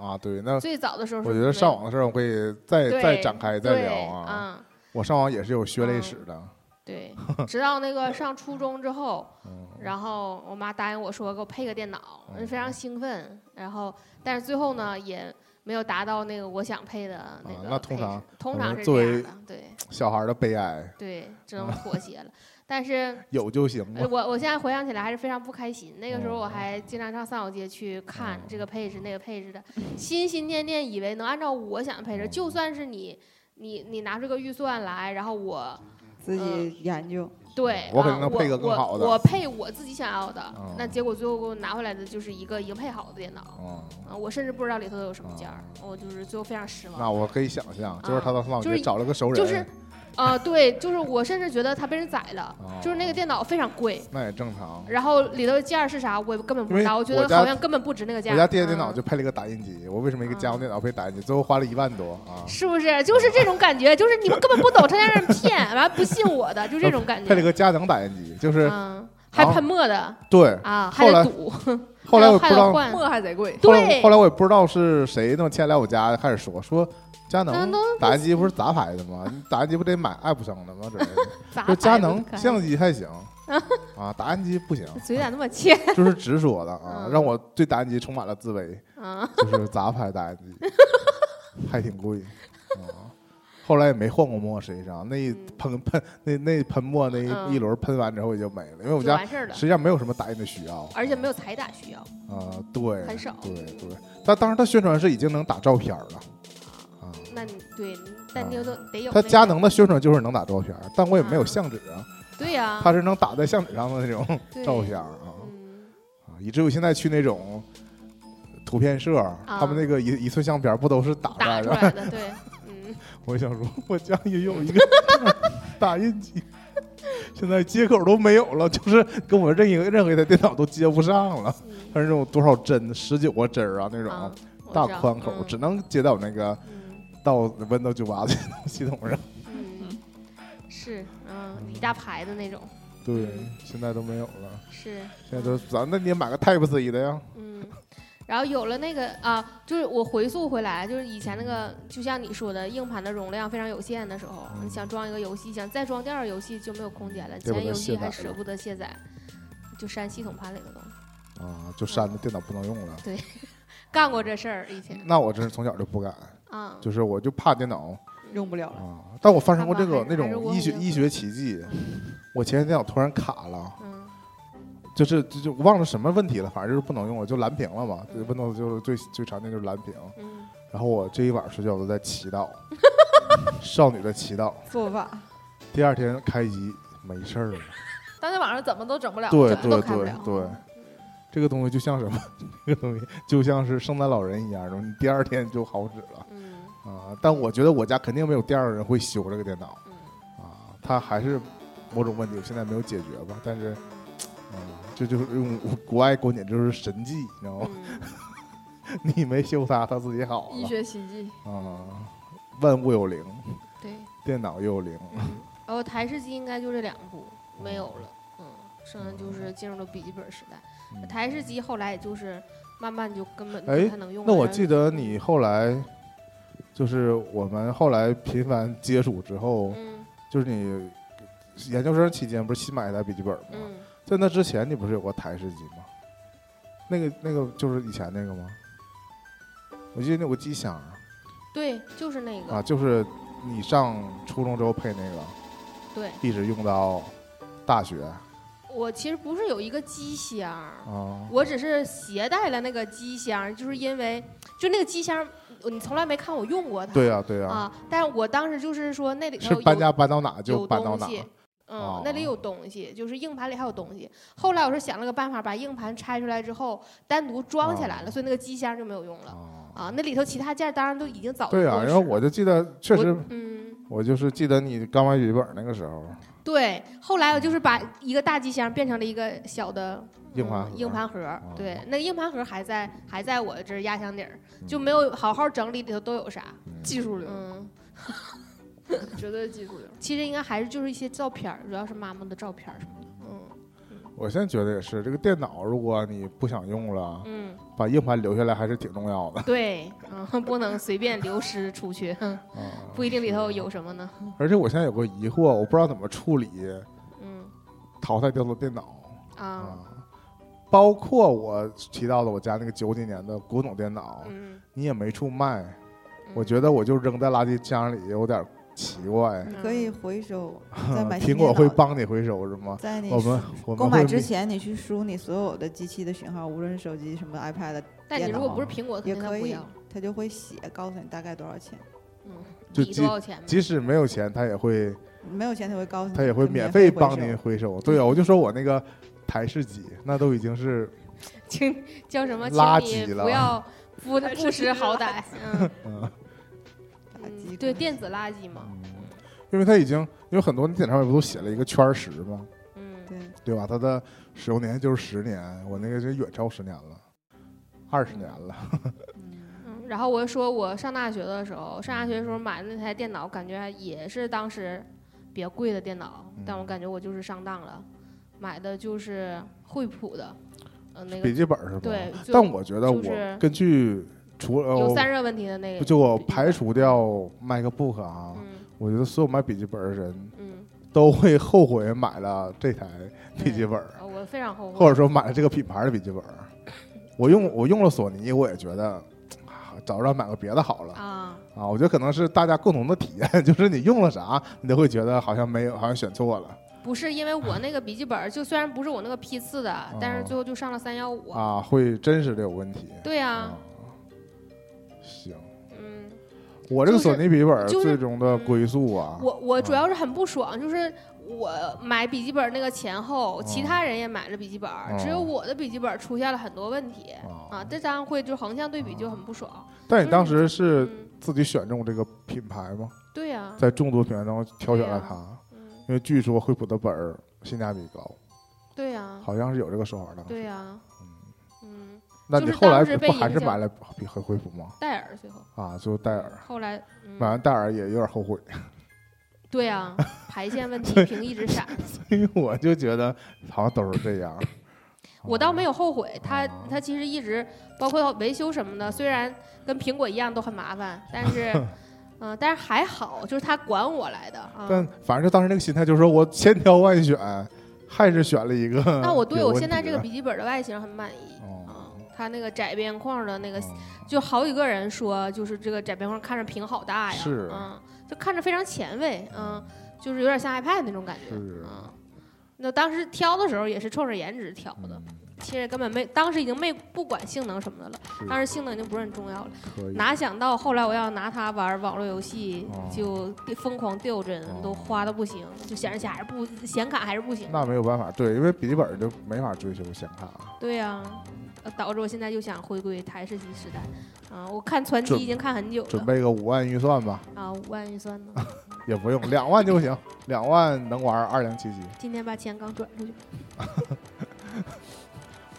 嗯
啊，对，那
最早的时候是
我觉
没
得上网的事儿我可以再
对
再展开再
对
聊啊。
嗯，
我上网也是有血泪史的，
对，直到那个上初中之后，
嗯
然后我妈答应我说给我配个电脑，我就非
嗯
常兴奋。然后，但是最后呢，也没有达到那个我想配的那
啊
个
那
配
通
置。
常
通
我
常
们
是
作
这样
为
的，对
小孩儿的悲哀，
对，只能妥协了。但是
有就行
呃
嘛。
我我现在回想起来还是非常不开心。那个时候我
哦
还经常上三好街去看
哦
这个配置那个配置的，心心念念以为能按照我想的配置，就
哦
算是你你你拿出个预算来，然后我
自
嗯
己研究，
对，
我肯
啊
定能配个更
我
好的
我我配我自己想要的，
哦
那结果最后给我拿回来的就是一个已经配好的电脑
嗯，
啊，我甚至不知道里头有什么件儿，
哦
我就是最后非常失望。
那我可以想象，就是他到上网
啊就是
去找了个熟人，
就是，啊、对，就是我甚至觉得它被人宰了，
哦
就是那个电脑非常贵，
那也正常。
然后里头的件儿是啥，我也根本不知
因
道，
为
我觉
我
得
家
好像根本不值那个价。
我家第一台电脑
嗯
就配了一个打印机，我为什么一个家用电脑配打印机？最后花了一万多啊！
是不是就是这种感觉？就是你们根本不懂，他在那儿骗，完不信我的，就这种感 觉。
配了一个佳能打印机，就是
嗯，还喷墨的
对。
啊，还
后来
得赌，
后来我不
还
知
要
道，
换。
墨还得贵，
后来
对
后来我也不知道是谁那么天来我家开始说说佳
佳
能
能
打印机不是杂牌的吗？你 打印机不得买爱普生的吗？ 之类的。
咋
说佳
还不
能
看
相机还行啊，打印机不 行，
嘴咋那么欠
就是直说的啊，
嗯
让我对打印机充满了自卑，
啊？
就是杂牌打印机，还挺贵啊。后来也没换过墨，实际上那一
嗯
喷喷那那喷墨那
嗯
一一轮喷完之后也就没了，因为我们
就
家
完事儿了
实，际上没有什么打印的需要，
而且没有彩打需要。
啊，对，
很少
对对。但当时他宣传是已经能打照片了啊，
那你对，但你都得有
他
那
佳
个
能的宣传就是能打照片，但我也没有
啊
相纸啊，
对呀，
他是能打在相纸上的那种
对
照片啊。
嗯
啊，以至于现在去那种图片社，他们那个一一寸相片不都是打出
啊打
来
出
的？
来的，对， 嗯，
我想说，我家也有一个 打印机，现在接口都没有了，就是跟我任一个任何一台电脑都接不上了。
嗯
它是那种多少针，十九个针儿啊那种、
啊我
大
知道
宽口，
嗯
只能接到那个
嗯
到 Windows 九八的系统上。
嗯，是嗯，一大排的那种，
对，现在都没有了，
是
现在都咱那你也买个 Type C 的呀。
嗯，然后有了那个啊，就是我回溯回来，就是以前那个，就像你说的，硬盘的容量非常有限的时候，你
嗯
想装一个游戏，想再装第二个游戏就没有空间了，以
对不
前
得
游戏
卸载
还
了
舍不得卸载，就删系统盘里的东西，
啊，就删的电脑不能用了。
干过这事儿以前
那我真是从小就不敢，
啊，
就是我就怕电脑
用不了了。
啊！但我发生过这
看
个
吧
那
还是
种
我
医
很
学
硬核
医学奇迹，我前天电脑突然卡了，
嗯
就是就就忘了什么问题了，反正就是不能用了，就蓝屏了嘛。
嗯
Windows 就是最最常见就是蓝屏。
嗯，
然后我这一晚上睡觉都在祈祷， 少女的祈祷。
做法
第二天开机没事儿了，
当天晚上怎么都整不了，
对
啊怎么
对
都开不
对
了
对。这个东西就像什么？ 这个东西就像是圣诞老人一样，然后你第二天就好使了
嗯
啊。但我觉得我家肯定没有第二个人会修这个电脑
嗯，
啊，它还是某种问题，现在没有解决吧。但是，啊，这就是用国外观点就是神技，你知道吗？
嗯
你没修它，它自己好
医
了
学奇迹，
啊。万物有灵，
对，
电脑又有灵，
嗯然后台式机应该就这两部没
哦
有了，嗯，剩下就是进入了笔记本时代。
嗯
台式机后来也就是慢慢就根本
哎
不太能用了。
那我记得你后来，就是我们后来频繁接触之后，
嗯
就是你研究生期间不是新买一台笔记本吗？
嗯，
在那之前你不是有过台式机吗？那个那个就是以前那个吗？我记得有个机箱
对，就是那个，
啊，就是你上初中之后配那个，
对
一直用到大学
我其实不是有一个机箱儿，
啊。
我只是携带了那个机箱儿，就是因为就那个机箱儿，你从来没看我用过它。
对呀、对呀、
啊，但是我当时就是说那里头
是
有
搬家搬到哪就
有
搬到
东
哪。
西，嗯，
哦
那里有东西，就是硬盘里还有东西。后来我是想了个办法，把硬盘拆出来之后单独装起来了，
哦
所以那个机箱就没有用了。
啊，
啊，那里头其他件儿当然都已经早
对啊
呀、
呀、然后我就记得确实
我嗯。
我就是记得你刚买笔记本那个时候，
对，后来我就是把一个大机箱变成了一个小的
硬盘
嗯
盒
硬盘盒儿。对
哦，
那个硬盘盒还在还在我这儿压箱底儿，就
嗯
没有好好整理里头都有啥。
技术流，
嗯，
绝对技术流。
其实应该还是就是一些照片儿，主要是妈妈的照片儿什么的。嗯
我现在觉得也是，这个电脑如果你不想用了，
嗯，
把硬盘留下来还是挺重要的
对，嗯， 不能随便流失出去，
啊。
嗯不一定里头有什么呢。
嗯而且我现在有个疑惑，我不知道怎么处理
嗯
淘汰掉的电脑
啊
啊，包括我提到的我家那个九几年的古董电脑，
嗯，
你也没处卖，我
得
觉得我就扔在垃圾箱里有点奇
嗯
怪。
你可以回收再买新
苹果
电
会
脑
帮你回收是吗？
在你
我们我
购
们
买
会
之前，你去输你所有的机器的型号，无论是手机什么 iPad，
但你
电
如果
脑
不是苹果，肯
也
定他
可
不
以
要。
它就会写告诉你大概多少钱。
嗯，
就
你嗯多
即
少钱嘛？
即使没有钱，他也会
没有钱它会告诉你，
他也会
就
免
免
费
回
帮
收
您回收。对啊，我就说我那个台式机，那都已经是
请叫什么？
垃
请你
圾了
不要不不识好歹。 嗯
嗯，
打击
嗯，对，电子垃圾嘛。
因为它已经有很多你在上面不都写了一个圈儿十吗？
嗯，
对，
对吧？它的使用年限就是十年，我那个是远超十年了，二十年了。
嗯，
嗯然后我又说，我上大学的时候，上大学的时候买的那台电脑，感觉也是当时比较贵的电脑，但我
嗯
感觉我就是上当了，买的就是惠普的，嗯，那
笔
个
记本是吧？
对，就
但我觉得
就
我
是
根据除
有散
了呃
热问题的那个，
就我
笔记
排
本
除掉 MacBook 啊，
嗯
我觉得所有买笔记本的人
嗯，
都会后悔买了这台笔记
对
本儿。
呃我非常后
或
悔，
者说买了这个品牌的笔记本儿。我用我用了索尼，我也觉得。啊早知道买个别的好了
啊，
啊！我觉得可能是大家共同的体验， 就是你用了啥，你都会觉得好像没有，好像选错了
不是因 为我那个笔记本儿，就虽然不是我那个批次的，但
哦
是最后就上了三幺五，
啊，会真实的有问题。
对
啊
呀，，
行，
嗯。
我这个
就是
索尼笔记本儿
就是嗯
最终的归宿啊，
我我主
啊
要是很不爽，就是我买笔记本那个前后，其
哦
他人也买了笔记本，只有
哦
我的笔记本出现了很多问题啊
啊，，
这当然会就横向对比就很不爽。
但你当时是
嗯，
自己选中这个品牌吗？
对呀、
在众多品牌当中挑选
嗯对
了
啊
它，
嗯，
因为据说惠普的本儿性价比高，
对呀、
好像是有这个说法的。
嗯对呀、
哦嗯
嗯，
那
就
你
是
后
当
来
时
不
被
还
影
是
响
买了比和惠普吗？
戴尔最后
啊，最后戴尔，
后来、嗯、
买完戴尔也有点后悔，
对呀、排线问题屏一直闪，
因为我就觉得好像都是这样。
我倒没有后悔，它
哦
它其实一直包括维修什么的，虽然跟苹果一样都很麻烦，但 是。嗯，但是还好，就是他管我来的啊。
但反正就当时那个心态，就是说我千挑万选，还是选了一个有问题的。
那我对我现在这个笔记本的外形很满意啊
哦，，
它那个窄边框的那个，
哦
就好几个人说，就是这个窄边框看着屏好大呀，
是
嗯，就看着非常前卫，嗯，就是有点像 iPad 那种感觉，
嗯是
嗯。那当时挑的时候也是冲着颜值挑的，
嗯
其实根本没，当时已经没不管性能什么的了，
是
当时性能已经不是很重要了。
可以。
哪想到后来我要拿它玩网络游戏
哦，
就疯狂掉帧，
哦嗯
都花的不行，就显示器还是不显卡还是不行。
那没有办法，对，因为笔记本就没法追求显卡了。
对呀、呃导致我现在就想回归台式机时代。啊，我看传奇
准
已经看很久
准
了
备个五万预算吧，
啊，五万 预算呢，
也不用两万就行，两万能玩二零七七。
今天把钱刚转出去。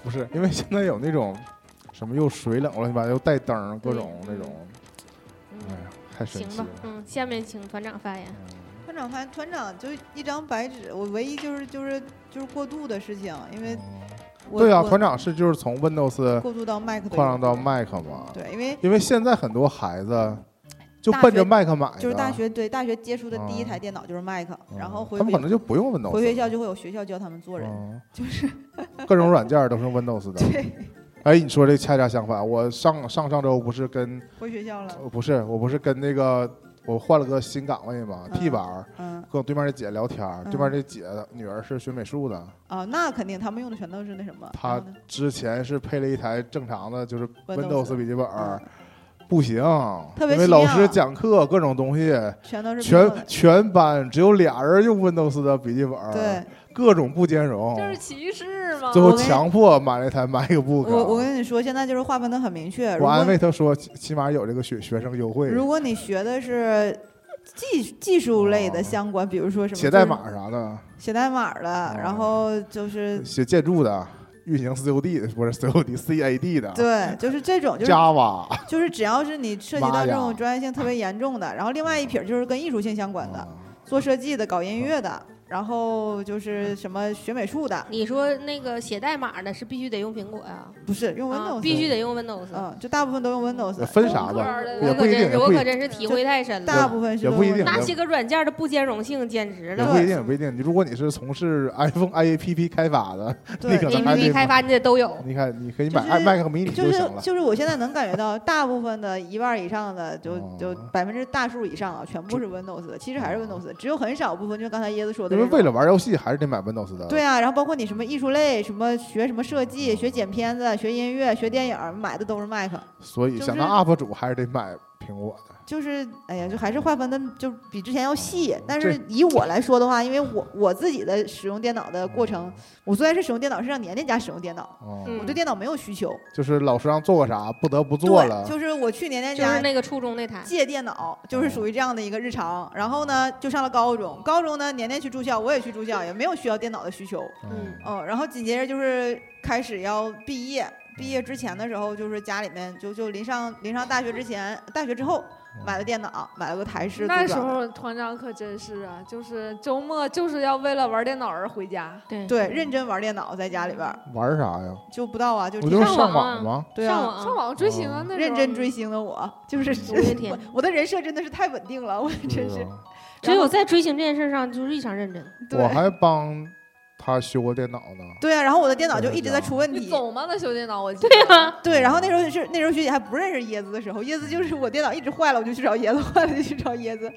不是，因为现在有那种什么又水冷乱七八糟，又带灯儿，各种那种，哎
嗯，
呀，太神
行
奇
吧
了。，
嗯，下面请团长发言。
嗯
团长发团长就一张白纸，我唯一就是就是就是过渡的事情，因为我
对啊，
我
团长是就是从 Windows
过渡到 Mac 的
跨上到
用户
Mac 嘛，
对，因为
因为现在很多孩子就
大
奔着
学
Mac 买的，
就是大学对大学接触的第一
啊
台电脑就是 Mac，、
嗯，
然后回
他们可能
学
就不用 Windows，
回学校
了
就会有学校教他们做人，
嗯
就是
各种软件儿都是 Windows 的。
对，
哎，你说这恰恰相反，我上上上周不是跟
回学校了，
呃不是我不是跟那个我换了个新岗位嘛
嗯
，T 板儿
嗯
跟我对面这姐聊天儿，
嗯
对面这姐女儿是学美术的，
啊，那肯定他们用的全都是那什么，
他
然后呢
之前是配了一台正常的，就是
嗯 Windows
Windows 笔记本儿，
嗯
不行，
特别啊
因为
奇
老
妙
师讲课各种东西，
全都是苹果
全
的
全班只有俩人用 Windows 的笔记本儿，
对，
各种不兼
哦
容，
这是歧视吗？
最后
我跟
强迫买了一台 MacBook。
我我跟你说，现在就是划分的很明确，如
我
果
安慰他说，起起码有这个学学生优惠，
如果你学的是技技术类
哦
的相关，比如说什么
写代、码哦啥的，
写代码的，然后就是
写建筑的，啊运行 COD 不是 COD，CAD 的啊
对，就是这种，就是
，Java 啊
就是只要是你涉及
妈
到这
呀
种专业性特别严重的，然后另外一撇儿就是跟艺术性相关的，
啊
做设计的、搞
嗯
音乐的，然后就是什么学美术的，
你说那个写代码的是必须得用苹果呀、
不是用
啊
Windows，
必须得用 Windows。
嗯，就大部分都用 Windows，
呃分啥吧，
我
也
可
不一定
真是，
也
我
不一
可真是体会太深
大
了。
部分是
也
用
不一定
Windows
那些个软件的不兼容性简直
也
了
不一定，也不一定。你如果你是从事 iPhone IAPP 开发的，
对，
可能还
，APP
得
开发你得都有。
你看，你可以买
就是
iMac mini
就
就是行了。
就是，我现在能感觉到，大部分的一半以上的就
哦
就百分之大数以上啊，全部是 Windows 的，其实还是 Windows 的，只有很少部分，就刚才椰子说的
因
这
为
种，
为了玩游戏，还是得买 Windows 的。
对啊，然后包括你什么艺术类，什么学什么设计，学剪片子，学音乐，学电影，买的都是 Mac，
所以
就是
想当 UP 主，还是得买苹果的。
就是哎呀，就还是划分的就比之前要细
哦。
但是以我来说的话，因为我我自己的使用电脑的过程，我虽然是使用电脑，是让年年家使用电脑，
哦，
嗯
我对电脑没有需求，
就是老师让做个啥，不得不做了
对，。啊就是我去年年
就
家
是那个初中那台，
借电脑，
嗯
就是属于这样的一个日常。然后呢，就上了高中，高中呢年年去住校，我也去住校，也没有需要电脑的需求。
嗯，
嗯，然后紧接着就是开始要毕业，毕业之前的时候，就是家里面就就临上临上大学之前，大学之后
嗯
买了电脑，买了个台式。
那时。候团长可真是啊，就是周末就是要为了玩电脑而回家。
对
对，认真玩电脑，在家里边儿
玩啥呀？
就不到啊，就
不就是是
上网
上网吗？
对
上
啊，
网
上网追星啊，那时
认
候
真追星的我，就是
五月天，
我的人设真的是太稳定了，我真是
对啊
只有在追星这件事上就是异常认真。
我
对
还帮他修过电脑呢。
对啊，然后我的电脑就一直在出问
你
题。
走吗？那修电脑我记
对
得
啊，
对，然后那时候是那时候学姐还不认识椰子的时候，椰子就是我电脑一直坏了，我就去找椰子，坏了就去找椰子。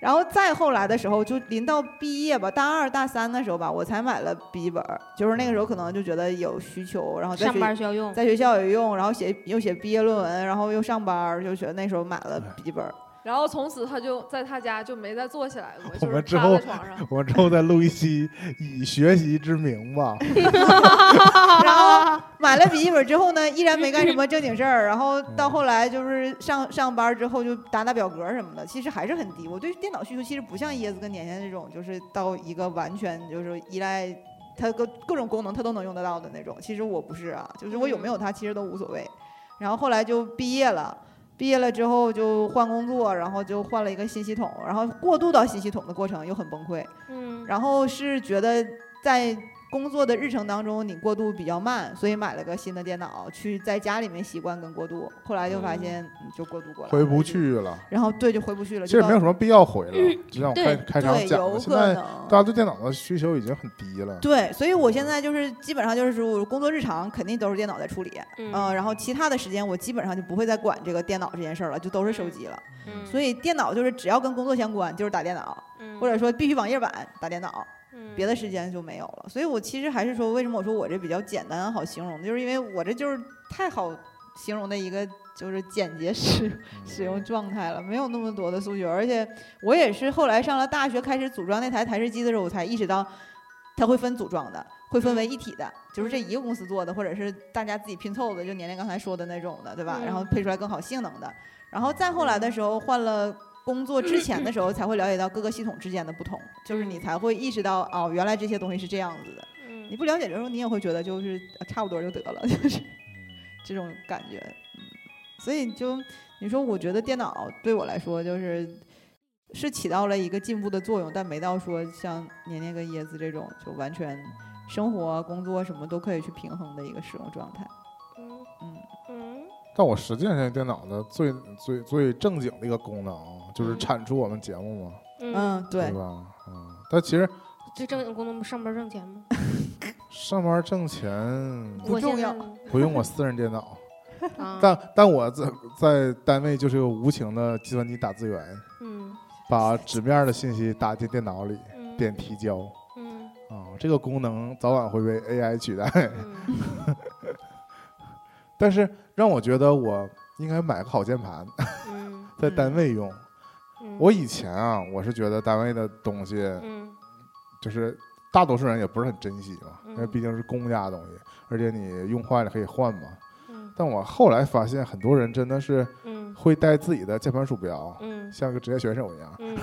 然后再后来的时候，就临到毕业吧，大二大三的时候吧，我才买了笔记本儿，就是那个时候可能就觉得有需求，然后在
上班
学
需要用。
在学校也用，然后写又写毕业论文，然后又上班儿，就觉得那时候买了笔记本儿。
然后从此他就在他家就没再坐起 来过，
我
就
们
是
之
趴
后
在床上。
我之后再录一期以学习之名吧。
然后买了笔记本之后呢，依然没干什么正经事儿。然后到后来就是上上班之后就打打表格什么的，其实还是很低。我对电脑需求其实不像椰子跟年年这种，就是到一个完全就是依赖它各各种功能它都能用得到的那种。其实我不是啊，就是我有没有它其实都无所谓。然后后来就毕业了。毕业了之后就换工作，然后就换了一个新系统，然后过渡到新系统的过程又很崩溃。
嗯，
然后是觉得在工作的日程当中，你过渡比较慢，所以买了个新的电脑，去在家里面习惯跟过渡。后来就发现嗯就过渡过来了，
回不。去了，
然后对，就回不去了。
其实
呃就到嗯
没有什么必要回了。就像我开
对
开场
对，
讲
有
的，现
可
在大
能。
家对电脑的需求已经很低了。
对，所以我现在就是基本上就是说，我工作日常肯定都是电脑在处理，
嗯
呃，然后其他的时间我基本上就不会再管这个电脑这件事儿了，就都是手机了。
嗯
所以电脑就是只要跟工作相关，就是打电脑，
嗯
或者说必须网页版打电脑，
嗯
别的时间就没有了。所以我其实还是说，为什么我说我这比较简单好形容，就是因为我这就是太好形容的一个就是简洁使使用状态了，没有那么多的数据。而且我也是后来上了大学开始组装那台台式机的时候，我才意识到它会分组装的，会分为
嗯
一体的，就是这一个公司做的，或者是大家自己拼凑的，就年年刚才说的那种的，对吧？
嗯
然后配出来更好性能的。然后再后来的时候，换了工作之前的时候，才会了解到各个系统之间的不同，就是你才会意识到哦，原来这些东西是这样子的。你
嗯，
不了解的时候，你也会觉得就是呃差不多就得了， 就是这种感觉。嗯所以就你说，我觉得电脑对我来说就是是起到了一个进步的作用，但没到说像年年跟椰子这种就完全生活、啊工作什么都可以去平衡的一个使用状态。
嗯
嗯，
嗯，
但我实际上现在电脑的最最最正经的一个功能啊就是
嗯
产出我们节目嘛，
嗯，
嗯，对，
吧？嗯，但其实
这正经工作不上班挣钱吗？
上班挣钱
不
我现
重
在嗯
要
不用我私人电脑，
嗯
啊，
但但我在在单位就是个无情的计算机打字员，
嗯
把纸面的信息打进电脑里，
嗯
点提交
嗯
啊，这个功能早晚会被 AI 取代。
嗯，
但是让我觉得我应该买个好键盘，
嗯
在单位用。
嗯，
我以前啊，我是觉得单位的东西
嗯
就是大多数人也不是很珍惜嘛，因为
嗯
毕竟是公家的东西，而且你用坏了可以换嘛。
嗯
但我后来发现，很多人真的是
嗯
会带自己的键盘鼠标，
嗯
像个职业选手一样，
嗯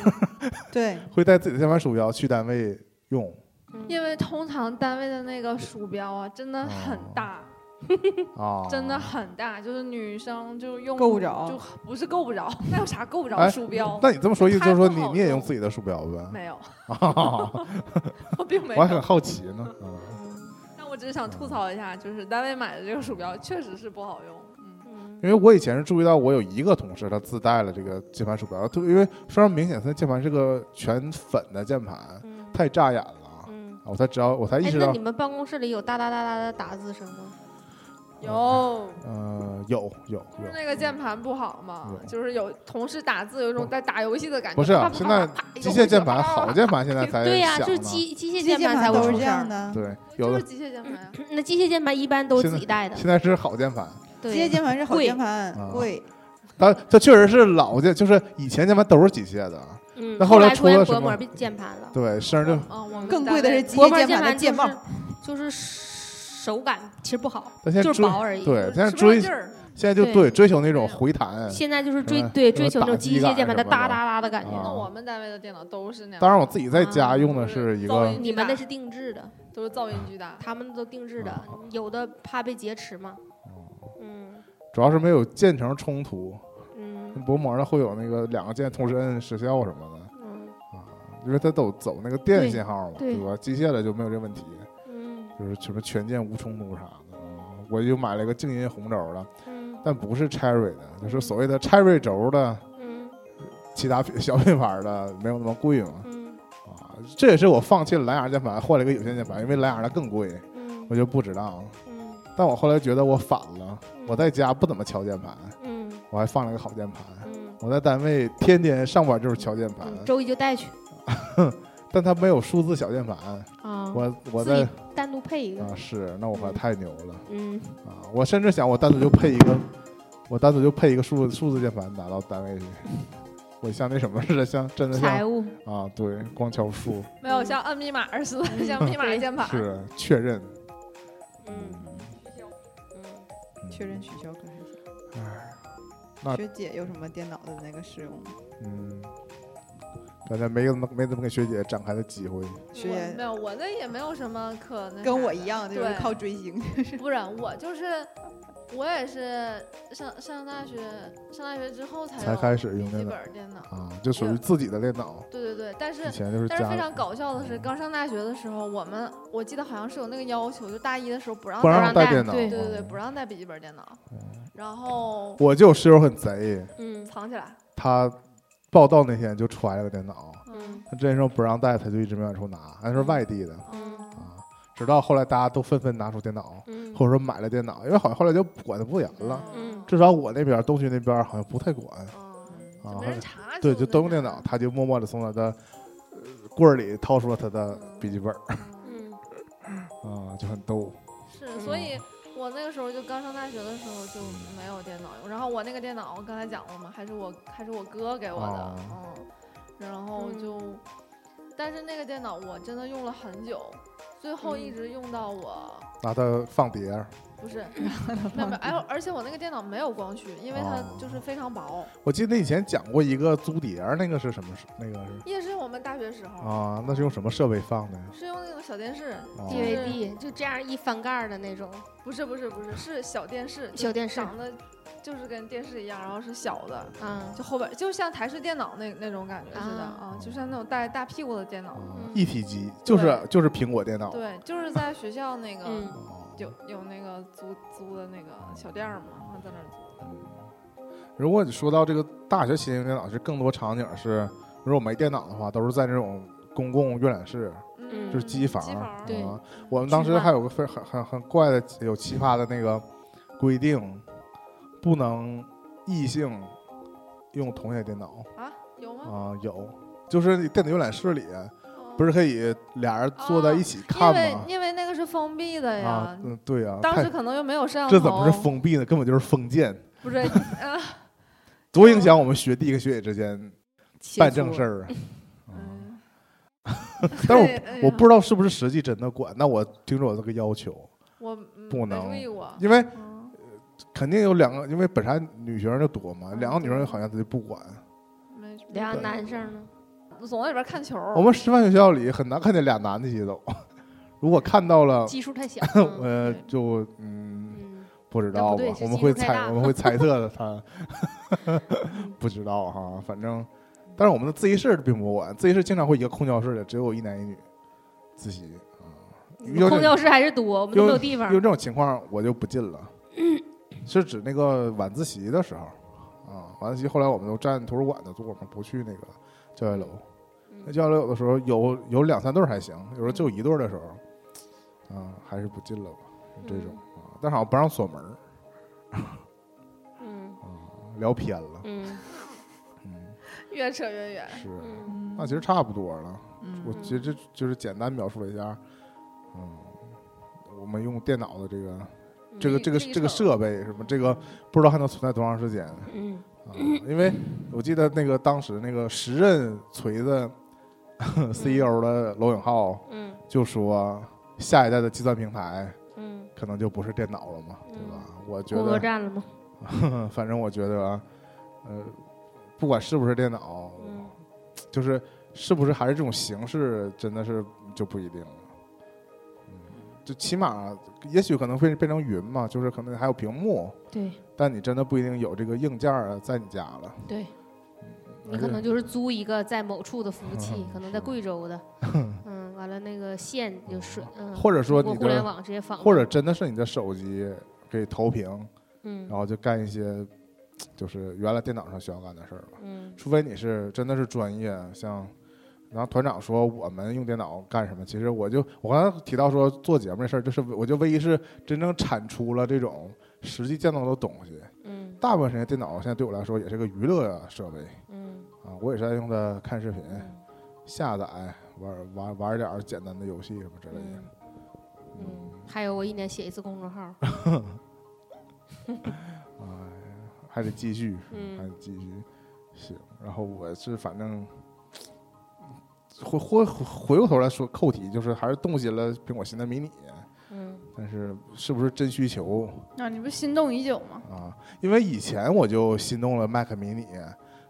对，
会带自己的键盘鼠标去单位用。
嗯，
因为通常单位的那个鼠标啊，真的很
哦
大，
啊，
真的很大，就是女生就用
够不着
就不是够不着，那有啥够不着
哎
鼠标？
那你这么说，意思就是说
太
你
不好
你也用
用
自己的鼠标呗？
没有，
啊
我并没
我还很
有。
好奇呢。嗯
但我只是想吐槽一下，就是单位买的这个鼠标确实是不好用。嗯，
嗯
因为我以前是注意到，我有一个同事他自带了这个键盘鼠标，特因为非常明显，他键盘是个全粉的键盘，
嗯
太扎眼了啊！
嗯，
我才知道，我才意
哎，
识
那
到
你，们办公室里有哒哒哒哒的打字声吗？
有，
呃，有有
就是
有，
那个键盘不好嘛
有，
就是有同事打字有一种
不
在打游戏的感觉。
不是啊
啪啪
现
啪
在
啪啪
机
有
械键
啪
盘
啪啪
好
啪
键盘现在才
对呀，
响
就是
呢
机机
机
械
械
键
键
才
盘
会
都是
出
这
事儿
样。的，
对，有
就是
的
机械键盘啊呀。
那机械键盘一般都
现在
自己带的，
现在是好键盘，
机
对
械键盘是好
贵
键盘
啊，
贵。
但它确实是老键，就是以前键盘都是机械的啊，
嗯，
那后
后
来
来
出
出现
了什
薄膜
么
变键盘了，
对，声儿
哦
就
嗯，我们
更
单
贵的
位
是机
薄
械
膜
键
键
盘的
盘
键帽，
就是手感其实不好，
但现在
就是
追
薄而已。
对，现在
使不上
追
劲儿，
现在就
对
对追求那种回弹，
现在就是追
什么
对追求那
打
种
击
机
感
械键盘的
什么的
哒哒哒的感
啊
觉。
那我们单位的电脑都是那样。
当然，我自己在
啊
家用的
就是
一
噪
个
音
你们那是定制的，
都是噪音巨大。
他们都定制的
啊，哦
有的怕被劫持嘛。嗯
主要是没有键程冲突，
嗯
薄膜上会有那个两个键同时摁失效什么的
嗯
啊，因为它都走那个电
对
信号嘛，对
对
吧？机械的就没有这问题，
嗯
就是什么全键无冲突啥的。嗯我就买了一个静音红轴的，
嗯
但不是 Cherry 的，就是所谓的 Cherry 轴的，
嗯
其他品小品牌的没有那么贵嘛。
嗯
啊，这也是我放弃了蓝牙键盘，换了一个有线键盘，因为蓝牙的更贵，
嗯
我就不值当。
嗯，
但我后来觉得我反了，我在家不怎么敲键盘，
嗯
我还放了个好键盘。
嗯
我在单位天天上班就是敲键盘，
嗯，周一就带去
但它没有数字小键盘。
哦
啊，
我我
自
在
己单独配一个
啊，是那我可
嗯
太牛了
嗯
啊！我甚至想，我单独就配一个，我单独就配一个数字数字键盘拿到单位去。我像那什么似的，像真的
财
像
务
啊，对，光敲数
没有像摁密码似的，像密码
对
键盘。
是确认。
嗯
嗯
确认取消可还行。
那
学姐有什么电脑的那个使用？
嗯，感觉没怎么没怎么给学姐展开的机会。
学
我没
姐
有，我那也没有什么可那
跟我
啥
一样，
的
就是
对
靠追星。
不然我就是我也是上上大学上大学之后才
才
有
开始用
哎笔记
电脑
本电脑。
啊，就属于自己的电脑。
对对对，但
以
是
前就是
但是
家
非
里嗯
常搞笑的是，刚上大学的时候，我们我记得好像是有那个要求，就大一的时候不让
不让
让
带
带
电脑，
对
对对对，
嗯
不让带笔记本电脑，然后
我就有室友很贼，
嗯
藏起来。
他报道那天就揣了个电脑，
嗯
嗯
他之前说不让带，他就一直没往出拿，那是外地的
嗯
啊。直到后来大家都纷纷拿出电脑，
嗯
或者说买了电脑，因为好像后来就管的不严了。
嗯
至少我那边东区那边好像不太管
嗯，
啊
就没，人查。
对，就都用
那
电
啥
脑，他就默默的从他的呃柜儿里掏出了他的笔记本儿
嗯，
哦啊，就很逗。嗯
是，所以我那个时候就刚上大学的时候就没有电脑，然后我那个电脑我刚才讲过嘛，还是我还是我哥给我的，
哦
嗯，然后
嗯
就，但是那个电脑我真的用了很久，最后一
嗯
直用到我。
拿它放碟儿，
不 是，没有没有，哎，而且我那个电脑没有光驱，因为它
哦
就是非常薄。
哦
我记得以前讲过一个租碟儿，那个是什么？那个是
也是我们大学时候，
啊，那是用什么设备放的呀？
是用那种小电视，
哦
DVD 就这样一翻盖儿的那种，
不是不是不是，是小电视，
小电视
长得就是跟电视一样，然后是小的，
啊，
就后边就像台式电脑那那种感觉似的
啊
啊，就像那种带大屁股的电脑。
啊
嗯
一体机就是就是苹果电脑。
对，就是在学校那个、
嗯，
哦
有有那个租租的那个小店儿嘛，然后在那儿租。
如果你说到这个大学期间用电脑，是更多场景是，如果没电脑的话，都是在这种公共阅览室，
嗯
就是机房。
机房
对
啊，我们当时还有个非很很很怪的、有奇葩的那个规定，不能异性用同性电脑
啊，有吗？
啊，有，就是电子阅览室里不
是，
是可以俩人坐在一起看
因为
吗？
哦因为那个是封闭的呀，
啊，嗯，对呀、
当
太
时可能又没有摄像头，
这怎么是封闭呢？根本就是封建，
不是， 呃，
多影响我们学弟跟学姐之间
切
办正
磋
事儿啊！嗯
嗯
但
对
是
哎呀
我我不知道是不是实际真的管，那我听说有这个要求，
我嗯
不
没
能
注意过，
因为
嗯
肯定有两个，因为本身女学生就多嘛，
嗯
两个女生好像他就不管。
没注意
俩
过
男生呢，
总在里边看球儿，
我们师范学校里很难看见俩男的洗澡，如果看到了，
基数 太小，嗯
呃
对，
就嗯
嗯，
不知道
那不
吧
对，是
我们
基
会
数太
猜
大
我们会猜测的，他 不知道哈，反正，但是我们的自习室并不管，自习室经常会一个空教室里只有一男一女自习啊，
你们空教室还是多，我们都没有地
因
方
为这，种情况我就不进 了，是指那个晚自习的时候啊，晚自习后来我们都占图书馆的座嘛，不去那个教学楼。那
嗯
教学楼有的时候有有两三对儿还行，有时候就一对儿的时候，啊，还是不进了吧，这种啊，但是好像不让锁门儿
嗯
啊，聊偏了，
嗯
嗯，
越扯越远。
是，
嗯，
那其实差不多了，我
嗯，
其实这就是简单描述了一下，嗯，我们用电脑的这个这个这个
历历
这个
程
设备什么这个不知道还能存在多长时间啊？
嗯
因为我记得那个当时那个时任锤子 CEO 的罗永浩
嗯
就说，下一代的计算平台
嗯，
可能就不是电脑了嘛，对吧？我觉
过恶
得，
战了吗？
反正我觉得啊，呃，不管是不是电脑，
嗯
就是是不是还是这种形式，真的是就不一定了。嗯，就起码也许可能会变成云嘛，就是可能还有屏幕。
对
但你真的不一定有这个硬件儿啊在你家了。嗯
对，
而
你可
且
能就是租一个在某处的服务器
嗯，
可能在
是
贵州 的，嗯，完了那个线就顺，嗯，
或者说
通过
你
互联
的，
网直接访问，
或者真的是你的手机给投屏，
嗯
然后就干一些就是原来电脑上需要干的事儿吧。
嗯
除非你是真的是专业，像然后团长说我们用电脑干什么，其实我就我刚才提到说做节目这事儿，就是我就唯一是真正产出了这种实际见到的东西。
嗯
大部分时间电脑现在对我来说也是个娱乐设备
嗯
啊，我也是在用它看视频。
嗯
下载玩玩玩点儿简单的游戏什么之类的
嗯。嗯，还有我一年写一次公 众号，
啊，还得继续，
嗯
还得继续，行。然后我是反正回回回过头来说扣题，就是还是动心了苹果新的迷你，
嗯
但是是不是真需求
那啊你不心动已久吗？
啊？因为以前我就心动了 Mac mini，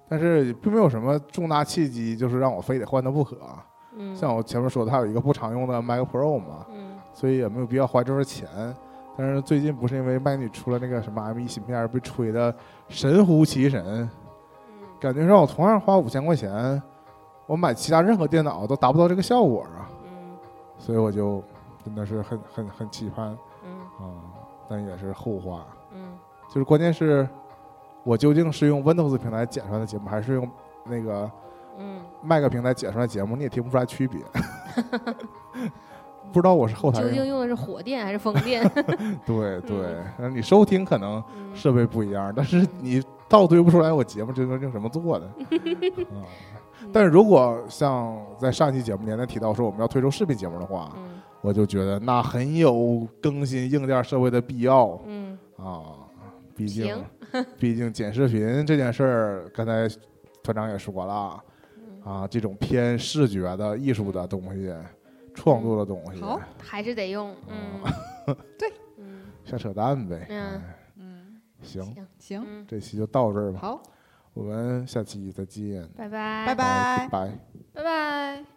但是并没有什么重大契机，就是让我非得换它不可。
嗯，
像我前面说的，它有一个不常用的 Mac Pro 嘛，
嗯
所以也没有必要花这份钱。但是最近不是因为麦女出了那个什么 M1 芯片，被吹的神乎其神，
嗯
感觉让我同样花五千块钱，我买其他任何电脑都达不到这个效果啊！
嗯
所以我就真的是很很很期盼啊、
嗯
但也是后话。
嗯
就是关键是，我究竟是用 Windows 平台剪出来的节目，还是用那个
嗯，
Mac 平台剪出来的节目，你也听不出来区 别。不知道我是后台
究
用
竟用的是火电还是风电？
对对
嗯，
那你收听可能
嗯
设备不一样，但是你倒推不出来我节目这个用什么做的。 啊但是如果像在上期节目年代提到说我们要推出视频节目的话，
嗯
我就觉得那很有更新硬件社会的必要
嗯，
啊。毕竟，毕竟剪视频这件事儿，刚才团长也说了
嗯
啊，这种偏视觉的艺术的东西、创作的东西，
好，还是得用，嗯，
对，
嗯
瞎扯淡呗。
嗯
哎
嗯，
行，
行，
嗯，
这期就到这儿吧，
好，
我们下期再见，
拜拜，
拜
拜拜。
拜。
拜
拜拜。